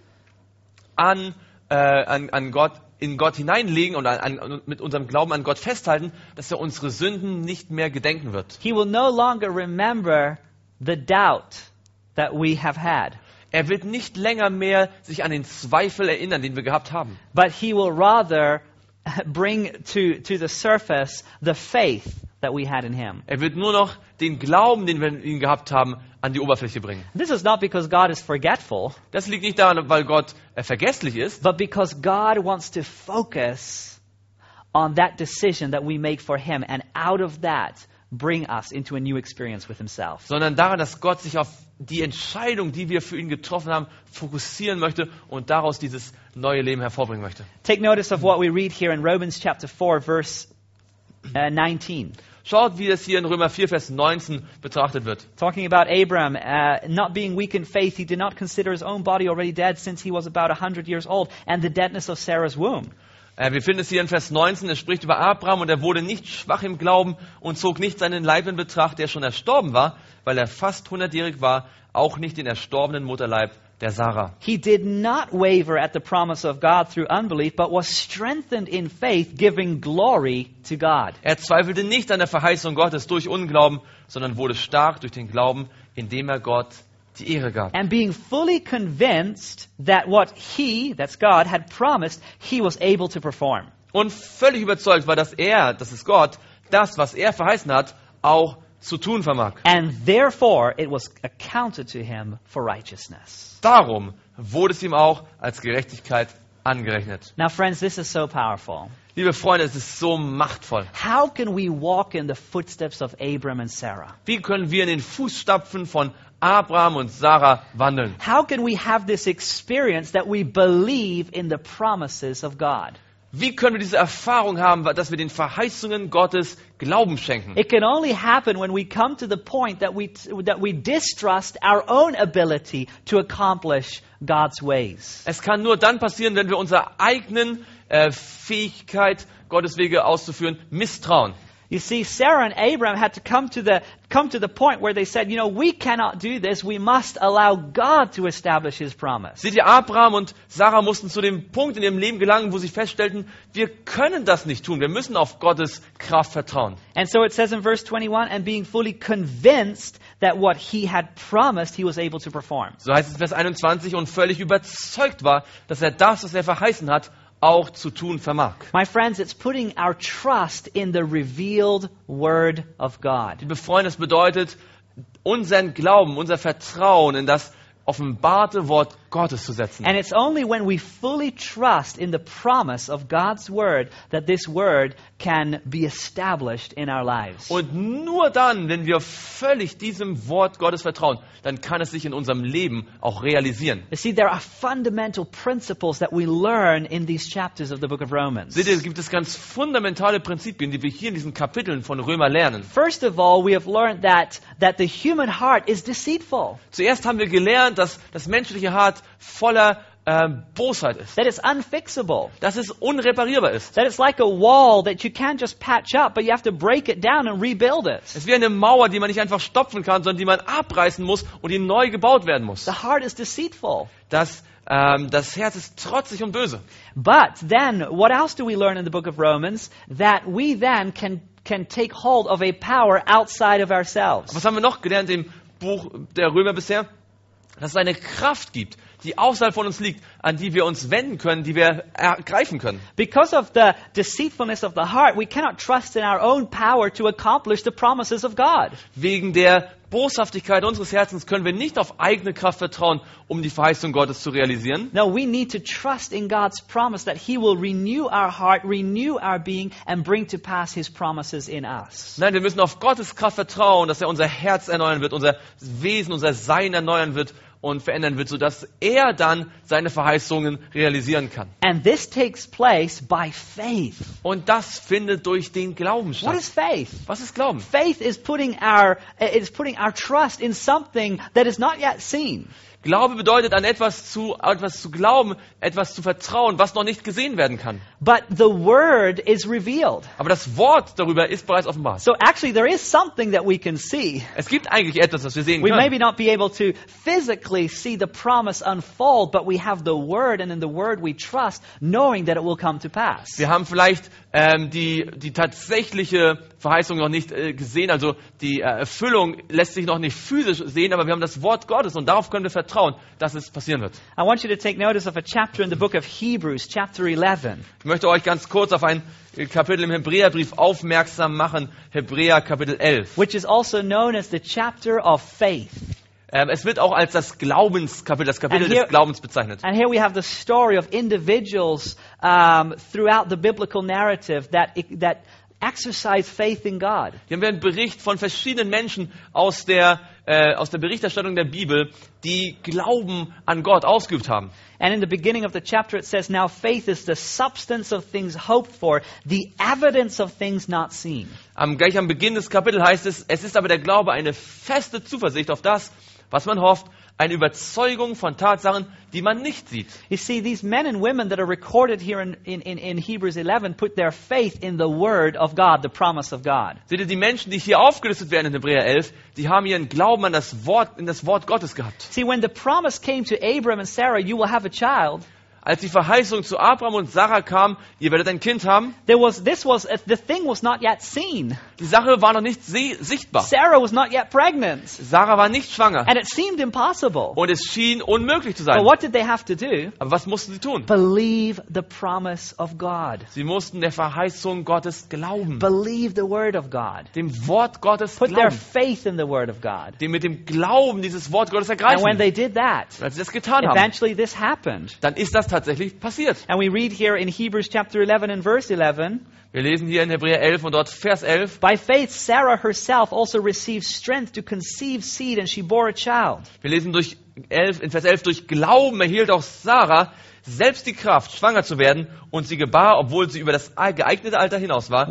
an, äh, an, an Gott, in Gott hineinlegen und an, an, mit unserem Glauben an Gott festhalten, dass er unsere Sünden nicht mehr gedenken wird.
He will no longer remember the doubt that we have had,
Er wird nicht länger mehr sich an den Zweifel erinnern, den wir gehabt haben.
but He will rather bring to, to the surface the faith that we had in Him.
Er wird nur noch den Glauben, den wir in ihm gehabt haben, an die Oberfläche bringen.
This is not because God is forgetful,
Das liegt nicht daran, weil Gott äh, vergesslich ist,
but because God wants to focus on that decision that we make for Him and out of that bring us into a new experience with Himself.
sondern daran, dass Gott sich auf die Entscheidung, die wir für ihn getroffen haben, fokussieren möchte und daraus dieses neue Leben hervorbringen möchte.
Take notice of what we read here in Romans chapter 4, verse uh, 19.
Schaut, wie das hier in Römer 4, Vers 19 betrachtet wird.
Talking about Abram uh, not being weak in faith, he did not consider his own body already dead since he was about a 100 years old and the deadness of Sarah's womb.
Äh, Wir finden es hier in Vers 19, es spricht über Abraham und er wurde nicht schwach im Glauben und zog nicht seinen Leib in Betracht, der schon erstorben war, weil er fast hundertjährig war, auch nicht den erstorbenen Mutterleib der Sarah.
He did not waver at the promise of God through unbelief, but was strengthened in faith, giving glory to God.
Er zweifelte nicht an der Verheißung Gottes durch Unglauben, sondern wurde stark durch den Glauben, indem er Gott die Ehre gab.
and being fully convinced that what he, that's God, had promised, he was able to perform.
Und völlig überzeugt war, dass er, das ist Gott, das, was er verheißen hat, auch zu tun vermag.
And therefore, it was accounted to him for righteousness.
Darum wurde es ihm auch als Gerechtigkeit angerechnet.
Now, friends, this is so powerful.
Liebe Freunde, es ist so machtvoll.
How can we walk in the footsteps of Abram and Sarah?
Wie können wir in den Fußstapfen von Abraham und Sarah wandeln?
How can we have this experience that we believe in the promises of God?
Wie können wir diese Erfahrung haben, dass wir den Verheißungen Gottes Glauben schenken?
It can only happen when we come to the point that we, that we distrust our own ability to accomplish God's ways.
Es kann nur dann passieren, wenn wir unserer eigenen äh, Fähigkeit, Gottes Wege auszuführen, misstrauen.
You see, Sarah and Abraham had to come to the come to the point where they said, you know, we cannot do this. We must allow God to establish His promise.
Seht ihr, Abraham und Sarah mussten zu dem Punkt in ihrem Leben gelangen, wo sie feststellten, wir können das nicht tun. Wir müssen auf Gottes Kraft vertrauen.
And so it says in verse 21, and being fully convinced that what He had promised, He was able to perform.
So heißt es in Vers 21 und völlig überzeugt war, dass er das, was er verheißen hat, auch zu tun vermag.
My friends, it's putting our trust in the revealed Word of God.
Liebe Freunde, es bedeutet, unseren Glauben, unser Vertrauen in das offenbarte Wort Gottes zu setzen.
And it's only when we fully trust in the promise of God's Word that this Word can be established in our lives.
Und nur dann, wenn wir völlig diesem Wort Gottes vertrauen, dann kann es sich in unserem Leben auch realisieren.
You see, there are fundamental principles that we learn in these chapters of the book of Romans.
Seht ihr, gibt es ganz fundamentale Prinzipien, die wir hier in diesen Kapiteln von Römer lernen.
First of all, we have learned that, that the human heart is deceitful,
Zuerst haben wir gelernt, dass das menschliche Hart voller äh, Bosheit ist,
that it's unfixable,
dass es unreparierbar ist.
that it's like a wall that you can't just patch up, but you have to break it down and rebuild it.
Es ist wie eine Mauer, die man nicht einfach stopfen kann, sondern die man abreißen muss und die neu gebaut werden muss.
The heart is deceitful.
Das, ähm, das Herz ist trotzig und böse.
But then, what else do we learn in the book of Romans? That we then can, can take hold of a power outside of ourselves.
Was haben wir noch gelernt im Buch der Römer bisher? Dass es eine Kraft gibt, die außerhalb von uns liegt, an die wir uns wenden können, die wir ergreifen können.
Because of the deceitfulness of the heart, we cannot trust in our own power to accomplish the promises of God.
Wegen der Boshaftigkeit unseres Herzens können wir nicht auf eigene Kraft vertrauen, um die Verheißung Gottes zu realisieren,
No, we need to trust in God's promise that He will renew our heart, renew our being, and bring to pass His promises in us.
Nein, wir müssen auf Gottes Kraft vertrauen, dass er unser Herz erneuern wird, unser Wesen, unser Sein erneuern wird und verändern wird, sodass er dann seine Verheißungen realisieren kann.
And this takes place by faith.
Und das findet durch den Glauben
What is
statt.
faith?
Was ist Glauben?
Faith is putting our is putting our trust in something that is not yet seen.
Glaube bedeutet, an etwas zu, etwas zu glauben, etwas zu vertrauen, was noch nicht gesehen werden kann.
But the word is revealed.
Aber das Wort darüber ist bereits offenbart.
So actually there is something that we can see.
Es gibt eigentlich etwas, das wir sehen
We
können.
maybe not be able to physically see the promise unfold, but we have the word and in the word we trust, knowing that it will come to pass.
Wir haben vielleicht ähm, die, die tatsächliche Verheißung noch nicht äh, gesehen, also die äh, Erfüllung lässt sich noch nicht physisch sehen, aber wir haben das Wort Gottes und darauf können wir vertrauen, dass es passieren wird.
I want you to take notice of a chapter in the book of Hebrews, chapter 11.
Ich möchte euch ganz kurz auf ein äh, Kapitel im Hebräerbrief aufmerksam machen, Hebräer Kapitel 11.
Which is also known as the chapter of faith.
Ähm, es wird auch als das Glaubenskapitel, das Kapitel
And here-
des Glaubens bezeichnet.
And here we have the story of individuals um, throughout the biblical narrative that, e, that exercise faith in God.
Hier haben wir einen Bericht von verschiedenen Menschen aus der, äh, aus der Berichterstattung der Bibel, die Glauben an Gott ausgeübt haben.
And in the beginning of the chapter, it says, Now faith is the substance of things hoped for, the evidence of things not seen.
Am, gleich am Beginn des Kapitels heißt es, es ist aber der Glaube eine feste Zuversicht auf das, was man hofft, eine Überzeugung von Tatsachen, die man nicht sieht.
You see, these men and women that are recorded here in, in, in, in Hebrews 11 put their faith in the Word of God, the promise of God.
Seht ihr, die Menschen, die hier aufgelistet werden in Hebräer 11, die haben ihren Glauben an das Wort, in das Wort Gottes gehabt.
See, when the promise came to Abram and Sarah, you will have a child,
Als die Verheißung zu Abraham und Sarah kam, ihr werdet ein Kind haben,
there was, this was, uh, the thing was not yet seen.
die Sache war noch nicht se- sichtbar.
Sarah was not yet pregnant.
Sarah war nicht schwanger.
And it seemed impossible.
Und es schien unmöglich zu sein.
But what did they have to do?
Aber was mussten sie tun?
Believe the promise of God.
Sie mussten der Verheißung Gottes glauben.
Believe the Word of God.
Dem Wort Gottes
Put their
glauben.
faith in the Word of God.
Die mit dem Glauben dieses Wort Gottes
And
ergreifen.
when
Und
they did that,
als sie das getan haben,
eventually this happened.
dann ist das tatsächlich passiert.
And we read here in Hebrews chapter 11 and verse 11
Wir lesen hier in Hebräer 11 und dort Vers 11.
By faith, Sarah herself also received strength to conceive seed, and she bore a child.
Wir lesen durch 11, in Vers 11, durch Glauben erhielt auch Sarah selbst die Kraft, schwanger zu werden und sie gebar, obwohl sie über das geeignete Alter hinaus war,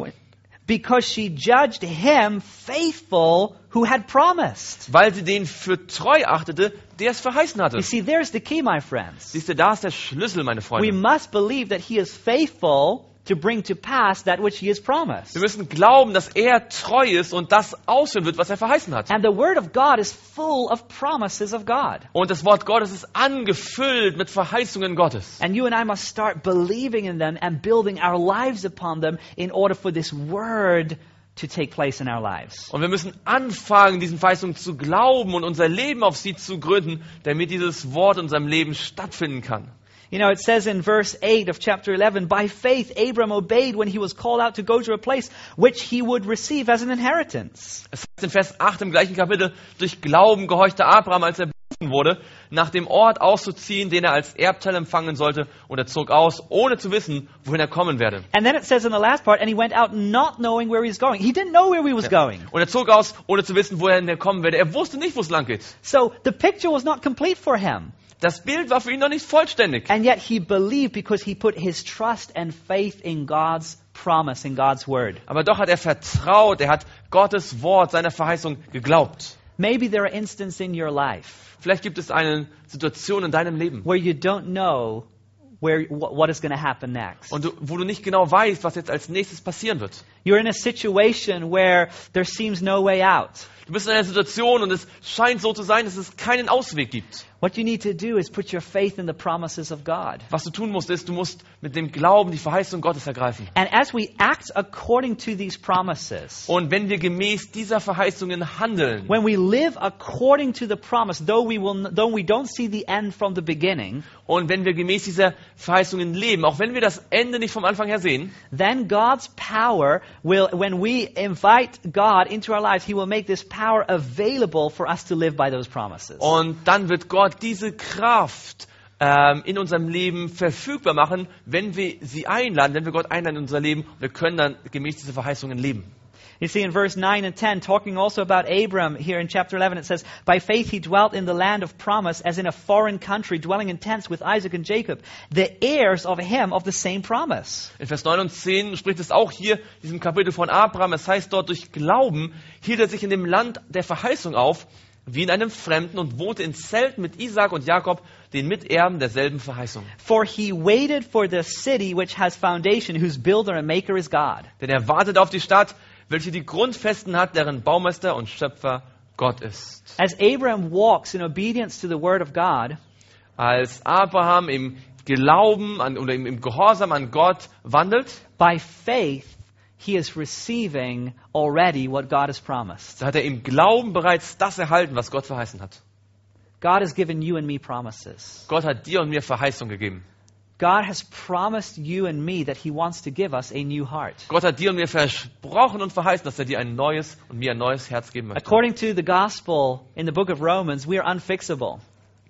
because she judged him faithful who had promised.
weil sie den für treu achtete, der es verheißen hatte.
You see, there's the key, my friends.
Siehst du, da ist der Schlüssel, meine
We
Freunde.
must believe that he is faithful to bring to pass that which he has promised.
Wir müssen glauben, dass er treu ist und das ausführen wird, was er verheißen hat.
And the Word of God is full of promises of God.
Und das Wort Gottes ist angefüllt mit Verheißungen Gottes.
And you and I must start believing in them and building our lives upon them in order for this Word to take place in our lives.
Und wir müssen anfangen, diesen Verheißungen zu glauben und unser Leben auf sie zu gründen, damit dieses Wort in unserem Leben stattfinden kann.
You know, it says in verse 8 of chapter 11, By faith Abram obeyed when he was called out to go to a place which he would receive as an inheritance.
Es heißt in Vers 8 im gleichen Kapitel, durch Glauben gehorchte Abraham, als er berufen wurde, nach dem Ort auszuziehen, den er als Erbteil empfangen sollte, und er zog aus, ohne zu wissen, wohin er kommen werde.
And then it says in the last part, And he went out not knowing where he was going. He didn't know where he was going.
Und er zog aus, ohne zu wissen, wohin er kommen werde. Er wusste nicht, wo es lang geht.
So the picture was not complete for him.
Das Bild war für ihn noch nicht vollständig.
And yet he believed because he put his trust and faith in God's promise, in God's word.
Aber doch hat er vertraut, er hat Gottes Wort, seiner Verheißung geglaubt.
Maybe there are instances in your life
Vielleicht gibt es eine Situation in deinem Leben,
where you don't know where wh- what is going to happen next.
und du, wo du nicht genau weißt, was jetzt als nächstes passieren wird.
You're in a situation where there seems no way out.
Du bist in einer Situation und es scheint so zu sein, dass es keinen Ausweg gibt.
What you need to do is put your faith in the promises of God.
Was du tun musst, ist, du musst mit dem Glauben die Verheißung Gottes ergreifen.
And as we act according to these promises,
Und wenn wir gemäß dieser Verheißungen handeln,
when we live according to the promise, though we will n- though we don't see the end from the beginning,
und wenn wir gemäß dieser Verheißungen leben, auch wenn wir das Ende nicht vom Anfang her sehen,
then God's power will, when we invite God into our lives, He will make this power available for us to live by those promises.
und dann wird Gott diese Kraft ähm, in unserem Leben verfügbar machen, wenn wir sie einladen, wenn wir Gott einladen in unser Leben, wir können dann gemäß dieser Verheißungen leben.
You see, in verse 9 and 10, talking also about Abram here in chapter 11, it says, By faith he dwelt in the land of promise, as in a foreign country, dwelling in tents with Isaac and Jacob, the heirs of him of the same promise.
In Vers 9 und 10 spricht es auch hier, diesem Kapitel von Abraham. Es heißt dort, durch Glauben hielt er sich in dem Land der Verheißung auf, wie in einem Fremden und wohnte in Zelten mit Isaak und Jakob, den Miterben derselben Verheißung.
For he waited for the city which has foundation, whose builder and maker is God.
Denn er wartete auf die Stadt, welche die Grundfesten hat, deren Baumeister und Schöpfer Gott ist.
As Abram walks in obedience to the word of God,
Als Abraham im Glauben an, oder im, im Gehorsam an Gott wandelt,
By faith, he is receiving already what God has promised.
so hat er im Glauben bereits das erhalten, was Gott verheißen hat.
God has given you and me promises.
Gott hat dir und mir Verheißung gegeben.
God has promised you and me that he wants to give us a new heart.
Gott hat dir und mir versprochen und verheißen, dass er dir ein neues und mir ein neues Herz geben möchte.
According to the gospel in the book of Romans, we are unfixable.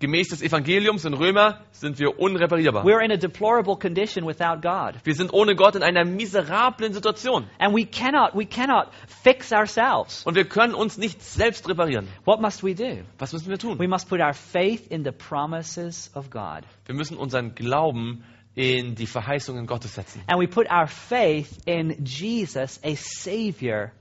Gemäß des Evangeliums in Römer sind wir unreparierbar.
We're in a deplorable condition without God.
Wir sind ohne Gott in einer miserablen Situation
And we cannot, we cannot fix ourselves.
und wir können uns nicht selbst reparieren.
What must we do?
Was müssen wir
We
tun?
must put our faith in the promises of God.
Wir müssen unseren Glauben in die Verheißungen Gottes setzen
And we put our faith in Jesus, a Savior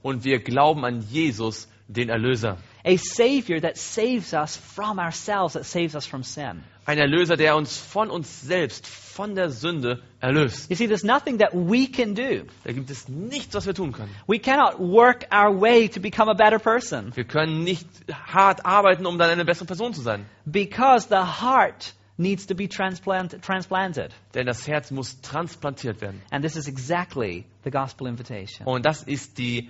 und wir glauben an Jesus, den Erlöser.
A Savior that saves us from ourselves, that saves us from sin.
Ein Erlöser, der uns von uns selbst, von der Sünde erlöst.
You see, there's nothing that we can do.
Da gibt es nichts, was wir tun können.
We cannot work our way to become a better person
Wir können nicht hart arbeiten, um dann eine bessere Person zu sein.
because the heart needs to be transplant, transplanted.
Denn das Herz muss transplantiert werden.
And this is exactly the gospel invitation.
Und das ist die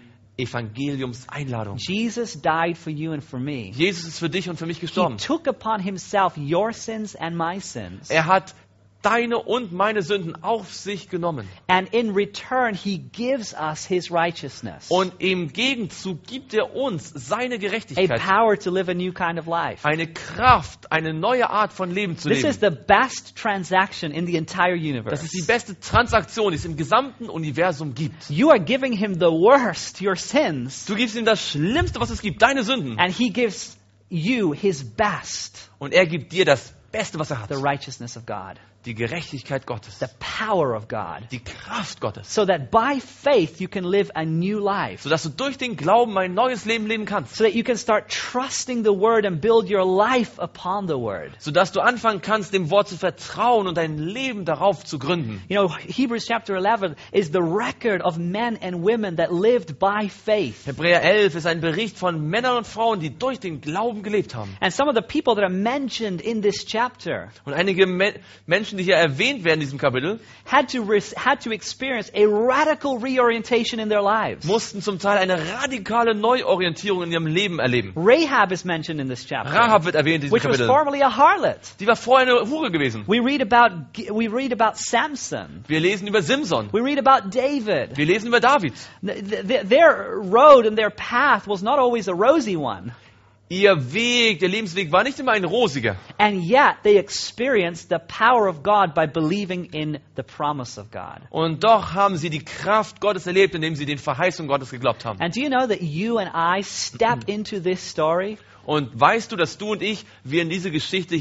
Evangeliumseinladung.
Jesus died for you and for me.
Jesus ist für dich und für mich
He
gestorben.
took upon himself your sins and my sins.
Er hat deine und meine Sünden auf sich genommen.
And in return, he gives us his righteousness,
Und im Gegenzug gibt er uns seine
a
Gerechtigkeit.
power to live a new kind of life.
Eine Kraft, eine neue Art von Leben zu
This is
leben.
the best transaction in the entire
Das ist die
universe.
beste Transaktion, die es im gesamten Universum gibt.
You are giving him the worst, your sins,
Du gibst ihm das Schlimmste, was es gibt, deine Sünden.
and he gives you his best,
Und er gibt dir das Beste, was er hat.
the righteousness of God,
Die Gerechtigkeit Gottes.
the power of God,
Die Kraft Gottes.
so that by faith you can live a new life.
Sodass du durch den Glauben ein neues Leben leben kannst.
So that you can start trusting the word and build your life upon the word.
Sodass du anfangen kannst, dem Wort zu vertrauen und dein Leben darauf zu gründen.
You know, Hebrews chapter 11 is the record of men and women that lived by faith.
Hebräer 11 ist ein Bericht von Männern und Frauen, die durch den Glauben gelebt haben.
And some of the people that are mentioned in this chapter
Und einige Me Menschen, die hier erwähnt werden in diesem Kapitel,
had to, res- had to experience a radical reorientation in their lives.
mussten zum Teil eine radikale Neuorientierung in ihrem Leben erleben.
Rahab is mentioned in this chapter,
Rahab wird erwähnt in diesem
which was
Kapitel.
formerly a harlot.
Die war vorher eine Hure gewesen.
We read about, G- we read about Samson.
Wir lesen über Simson.
We read about David.
Wir lesen über David.
Th- th- their road and their path was not always a rosy one.
Ihr Weg, der Lebensweg war nicht immer ein rosiger.
And yet they experienced the power of God by believing in the promise of God.
Und doch haben sie die Kraft Gottes erlebt, indem sie den Verheißungen Gottes geglaubt haben.
And do you know that you and I step into this story?
Und weißt du, dass du und ich, wir in diese Geschichte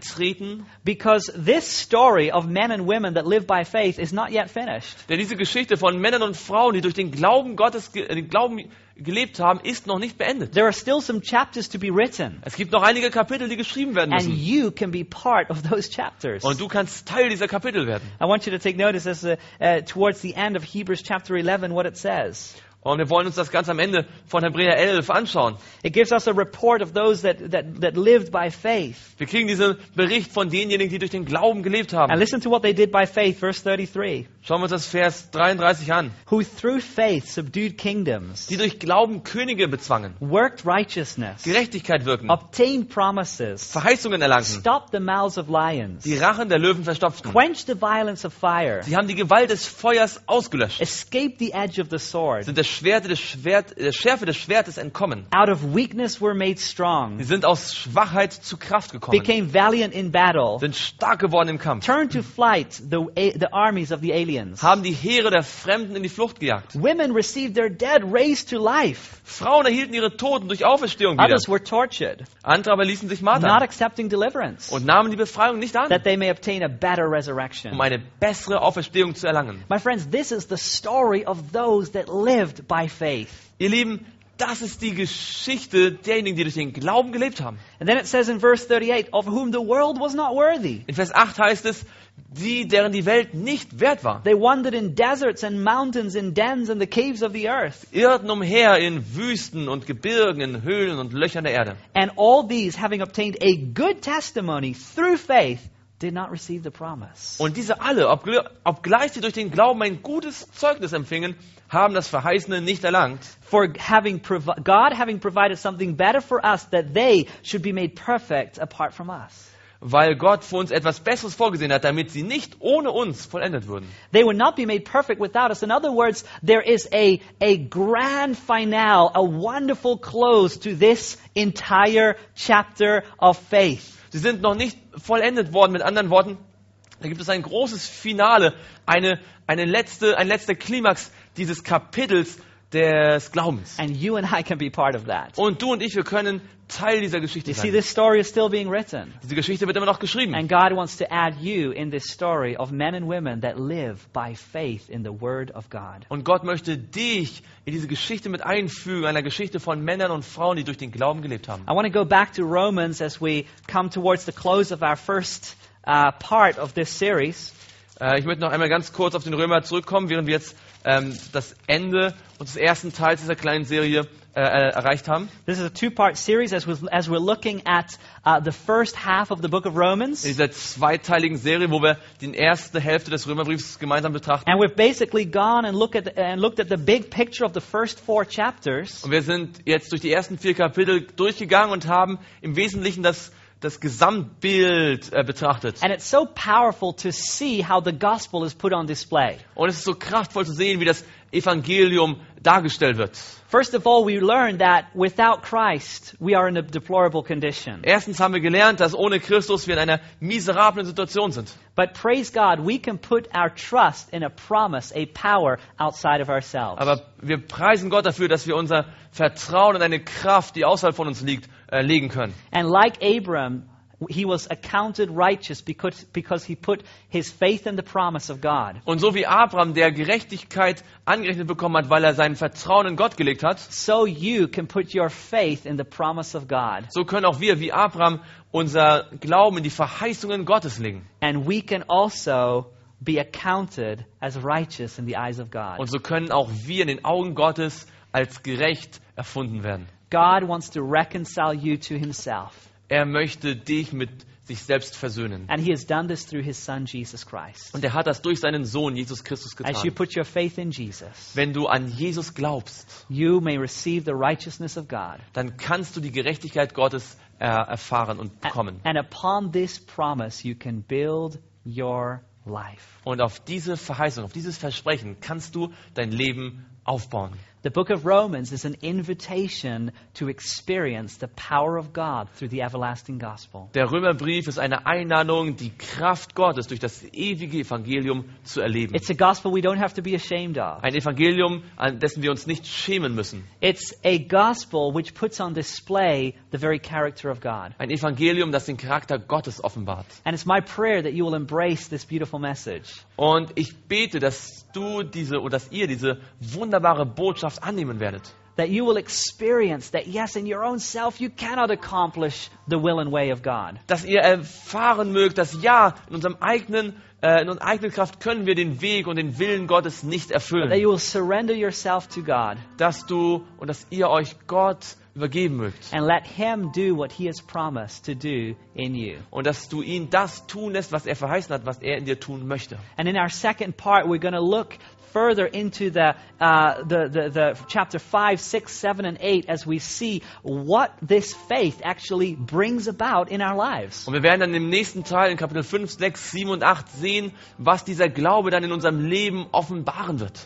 hineintreten?
Because this story of men and women that live by faith is not yet finished.
Denn diese Geschichte von Männern und Frauen, die durch den Glauben Gottes, ge- äh, den Glauben gelebt haben, ist noch nicht beendet.
There are still some chapters to be written.
Es gibt noch einige Kapitel, die geschrieben werden
And
müssen.
you can be part of those chapters.
Und du kannst Teil dieser Kapitel werden.
I want you to take notice as uh, uh, towards the end of Hebrews chapter 11 what it says.
Und wir wollen uns das ganz am Ende von Hebräer 11 anschauen.
It gives us a report of those that, that, that lived by faith.
Wir kriegen diesen Bericht von denjenigen, die durch den Glauben gelebt
And
haben.
listen to what they did by faith, verse 33.
Schauen wir uns das Vers 33 an.
Who through faith subdued kingdoms,
Die durch Glauben Könige bezwangen,
worked righteousness,
Gerechtigkeit wirken,
obtained promises,
Verheißungen erlangten,
stopped the mouths of lions,
die Rachen der Löwen verstopften.
quenched the violence of fire,
Sie haben die Gewalt des Feuers ausgelöscht,
escaped the edge of the
sind
sword.
der, Schwerte des Schwert, der Schärfe des Schwertes entkommen.
Out of weakness were made
Sie
strong,
sind aus Schwachheit zu Kraft gekommen,
became valiant in battle,
sind stark geworden im Kampf,
turned to flight the, the armies of the aliens.
haben die Heere der Fremden in die Flucht gejagt.
Women received their dead raised to life.
Frauen erhielten ihre Toten durch Auferstehung wieder.
Others were tortured,
Andere aber ließen sich
not
martern
accepting deliverance,
und nahmen die Befreiung nicht an,
that they may obtain a better resurrection.
um eine bessere Auferstehung zu erlangen.
My friends, this is the story of those that lived by faith.
Ihr Lieben, das ist die Geschichte derjenigen, die durch den Glauben gelebt haben.
And then it says in verse 38, of whom the world was not worthy.
In Vers 8 heißt es, die, deren die Welt nicht wert war,
They wandered in deserts and mountains, in dens and the caves of the earth.
irrten umher in Wüsten und Gebirgen, in Höhlen und Löchern der Erde.
And all these, having obtained a good testimony through faith, did not receive the promise.
Und diese alle, obgl- obgleich sie durch den Glauben ein gutes Zeugnis empfingen, haben das Verheißene nicht erlangt.
For having provi- God having provided something better for us, that they should be made perfect apart from us.
Weil Gott für uns etwas Besseres vorgesehen hat, damit sie nicht ohne uns vollendet würden.
They would not be made perfect without us. In other words, there is a, a grand finale, a wonderful close to this entire chapter of faith.
Sie sind noch nicht vollendet worden. Mit anderen Worten, da gibt es ein großes Finale, eine, eine letzte, ein letzter Klimax dieses Kapitels des Glaubens.
And you and I can be part of that.
Und du und ich, wir können Teil dieser Geschichte
You see,
sein.
this story is still being written.
Diese Geschichte wird immer noch geschrieben.
And God wants to add you in this story of men and women that live by faith in the Word of God.
Und Gott möchte dich in diese Geschichte mit einfügen, einer Geschichte von Männern und Frauen, die durch den Glauben gelebt haben.
I want to go back to Romans as we come towards the close of our first uh, part of this series.
Äh, ich möchte noch einmal ganz kurz auf den Römer zurückkommen, während wir jetzt ähm, das Ende unseres ersten Teils dieser kleinen Serie äh, äh, erreicht haben.
This is a two part series as, we, as we're looking at uh, the first half of the book of
in
Romans.
dieser zweiteiligen Serie, wo wir die erste Hälfte des Römerbriefs gemeinsam betrachten.
And we've basically gone and, look at, and looked at the big picture of the first four chapters.
Und wir sind jetzt durch die ersten vier Kapitel durchgegangen und haben im Wesentlichen das, das Gesamtbild äh, betrachtet.
And it's so powerful to see how the gospel is put on display.
Und es ist so kraftvoll zu sehen, wie das Evangelium dargestellt wird.
First of all, we learn that without Christ, we are in a deplorable condition.
Erstens haben wir gelernt, dass ohne Christus wir in einer miserablen Situation sind.
But praise God, we can put our trust in a promise, a power outside of ourselves.
Aber wir preisen Gott dafür, dass wir unser Vertrauen in eine Kraft, die außerhalb von uns liegt, äh, legen können.
And like Abram, he was accounted righteous because, because he put his faith in the promise of God.
Und so wie Abraham, der Gerechtigkeit angerechnet bekommen hat, weil er sein Vertrauen in Gott gelegt hat,
So you can put your faith in the promise of God.
so können auch wir, wie Abraham, unser Glauben in die Verheißungen Gottes legen.
And we can also be accounted as righteous in the eyes of God.
Und so können auch wir in den Augen Gottes als gerecht erfunden werden.
God wants to reconcile you to himself.
Er möchte dich mit sich selbst versöhnen.
And he has done this through his son, Jesus Christ.
Und er hat das durch seinen Sohn Jesus Christus
As you
getan.
put your faith in Jesus,
Wenn du an Jesus glaubst,
you may receive the righteousness of God.
dann kannst du die Gerechtigkeit Gottes äh, erfahren und bekommen.
And upon this promise, you can build your life.
Und auf diese Verheißung, auf dieses Versprechen kannst du dein Leben aufbauen.
The book of Romans is an invitation to experience the power of God through the everlasting gospel.
Der Römerbrief ist eine Einladung, die Kraft Gottes durch das ewige Evangelium zu erleben.
It's a gospel we don't have to be ashamed of.
Ein Evangelium, an dessen wir uns nicht schämen müssen.
It's a gospel which puts on display the very character of God.
Ein Evangelium, das den Charakter Gottes offenbart.
And it's my prayer that you will embrace this beautiful message.
Und ich bete, dass du diese oder dass ihr diese wunderbare Botschaft annehmen werdet.
That you will experience that, yes, in your own self, you cannot accomplish the will and way of God.
Dass ihr erfahren mögt, dass ja, in unserem eigenen, äh, in unserer eigenen Kraft können wir den Weg und den Willen Gottes nicht
That
erfüllen.
you will surrender yourself to God
Dass du und dass ihr euch Gott übergeben mögt.
and let Him do what He has promised to do in you.
Und dass du ihn das tun lässt, was er verheißen hat, was er in dir tun möchte.
And in our second part, we're going to look further into the, uh, the, the, the chapter 5, 6, 7, and 8 as we see what this faith actually brings about in our lives.
Und wir werden dann im nächsten Teil in Kapitel 5, 6, 7 und 8 sehen, was dieser Glaube dann in unserem Leben offenbaren wird.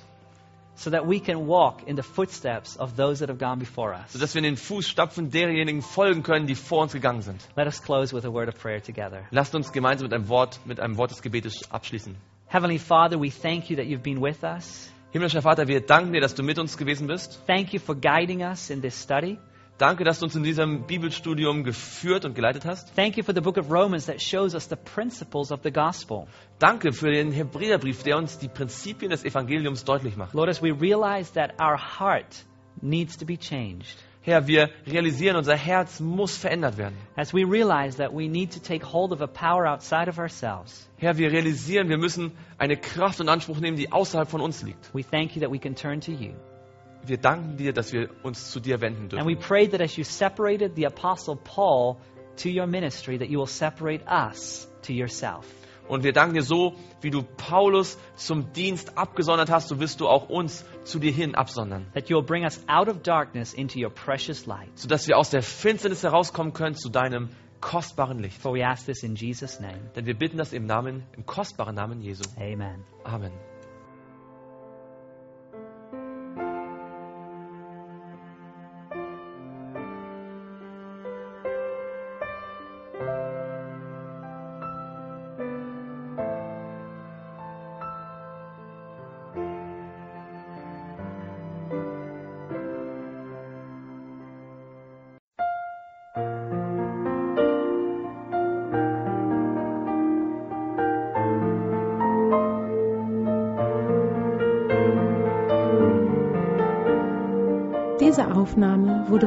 So that we can walk in the footsteps of those that have gone before us.
Sodass wir in den Fußstapfen derjenigen folgen können, die vor uns gegangen sind.
Let us close with a word of prayer together.
Lasst uns gemeinsam mit einem Wort, mit einem Wort des Gebetes abschließen.
Heavenly Father, we thank you that you've been with us.
Himmlischer Vater, wir danken dir, dass du mit uns gewesen bist.
Thank you for guiding us in this study.
Danke, dass du uns in diesem Bibelstudium geführt und geleitet hast.
Thank you for the book of Romans that shows us the principles of the gospel.
Danke für den Hebräerbrief, der uns die Prinzipien des Evangeliums deutlich macht.
Lord, as we realize that our heart needs to be changed,
Herr, wir realisieren, unser Herz muss verändert werden.
as we realize that we need to take hold of a power outside of ourselves,
Herr, wir realisieren, wir müssen eine Kraft in Anspruch nehmen, die außerhalb von uns liegt.
we thank you that we can turn to you.
Wir danken dir, dass wir uns zu dir wenden
And
dürfen.
we pray that as you separated the Apostle Paul to your ministry, that you will separate us to yourself.
Und wir danken dir so, wie du Paulus zum Dienst abgesondert hast, so wirst du auch uns zu dir hin absondern.
That you will bring us out of darkness into your precious light.
Sodass wir aus der Finsternis herauskommen können zu deinem kostbaren Licht.
For we ask this in Jesus' name.
Denn wir bitten das im Namen, im kostbaren Namen Jesu.
Amen.
Amen.
Diese Aufnahme wurde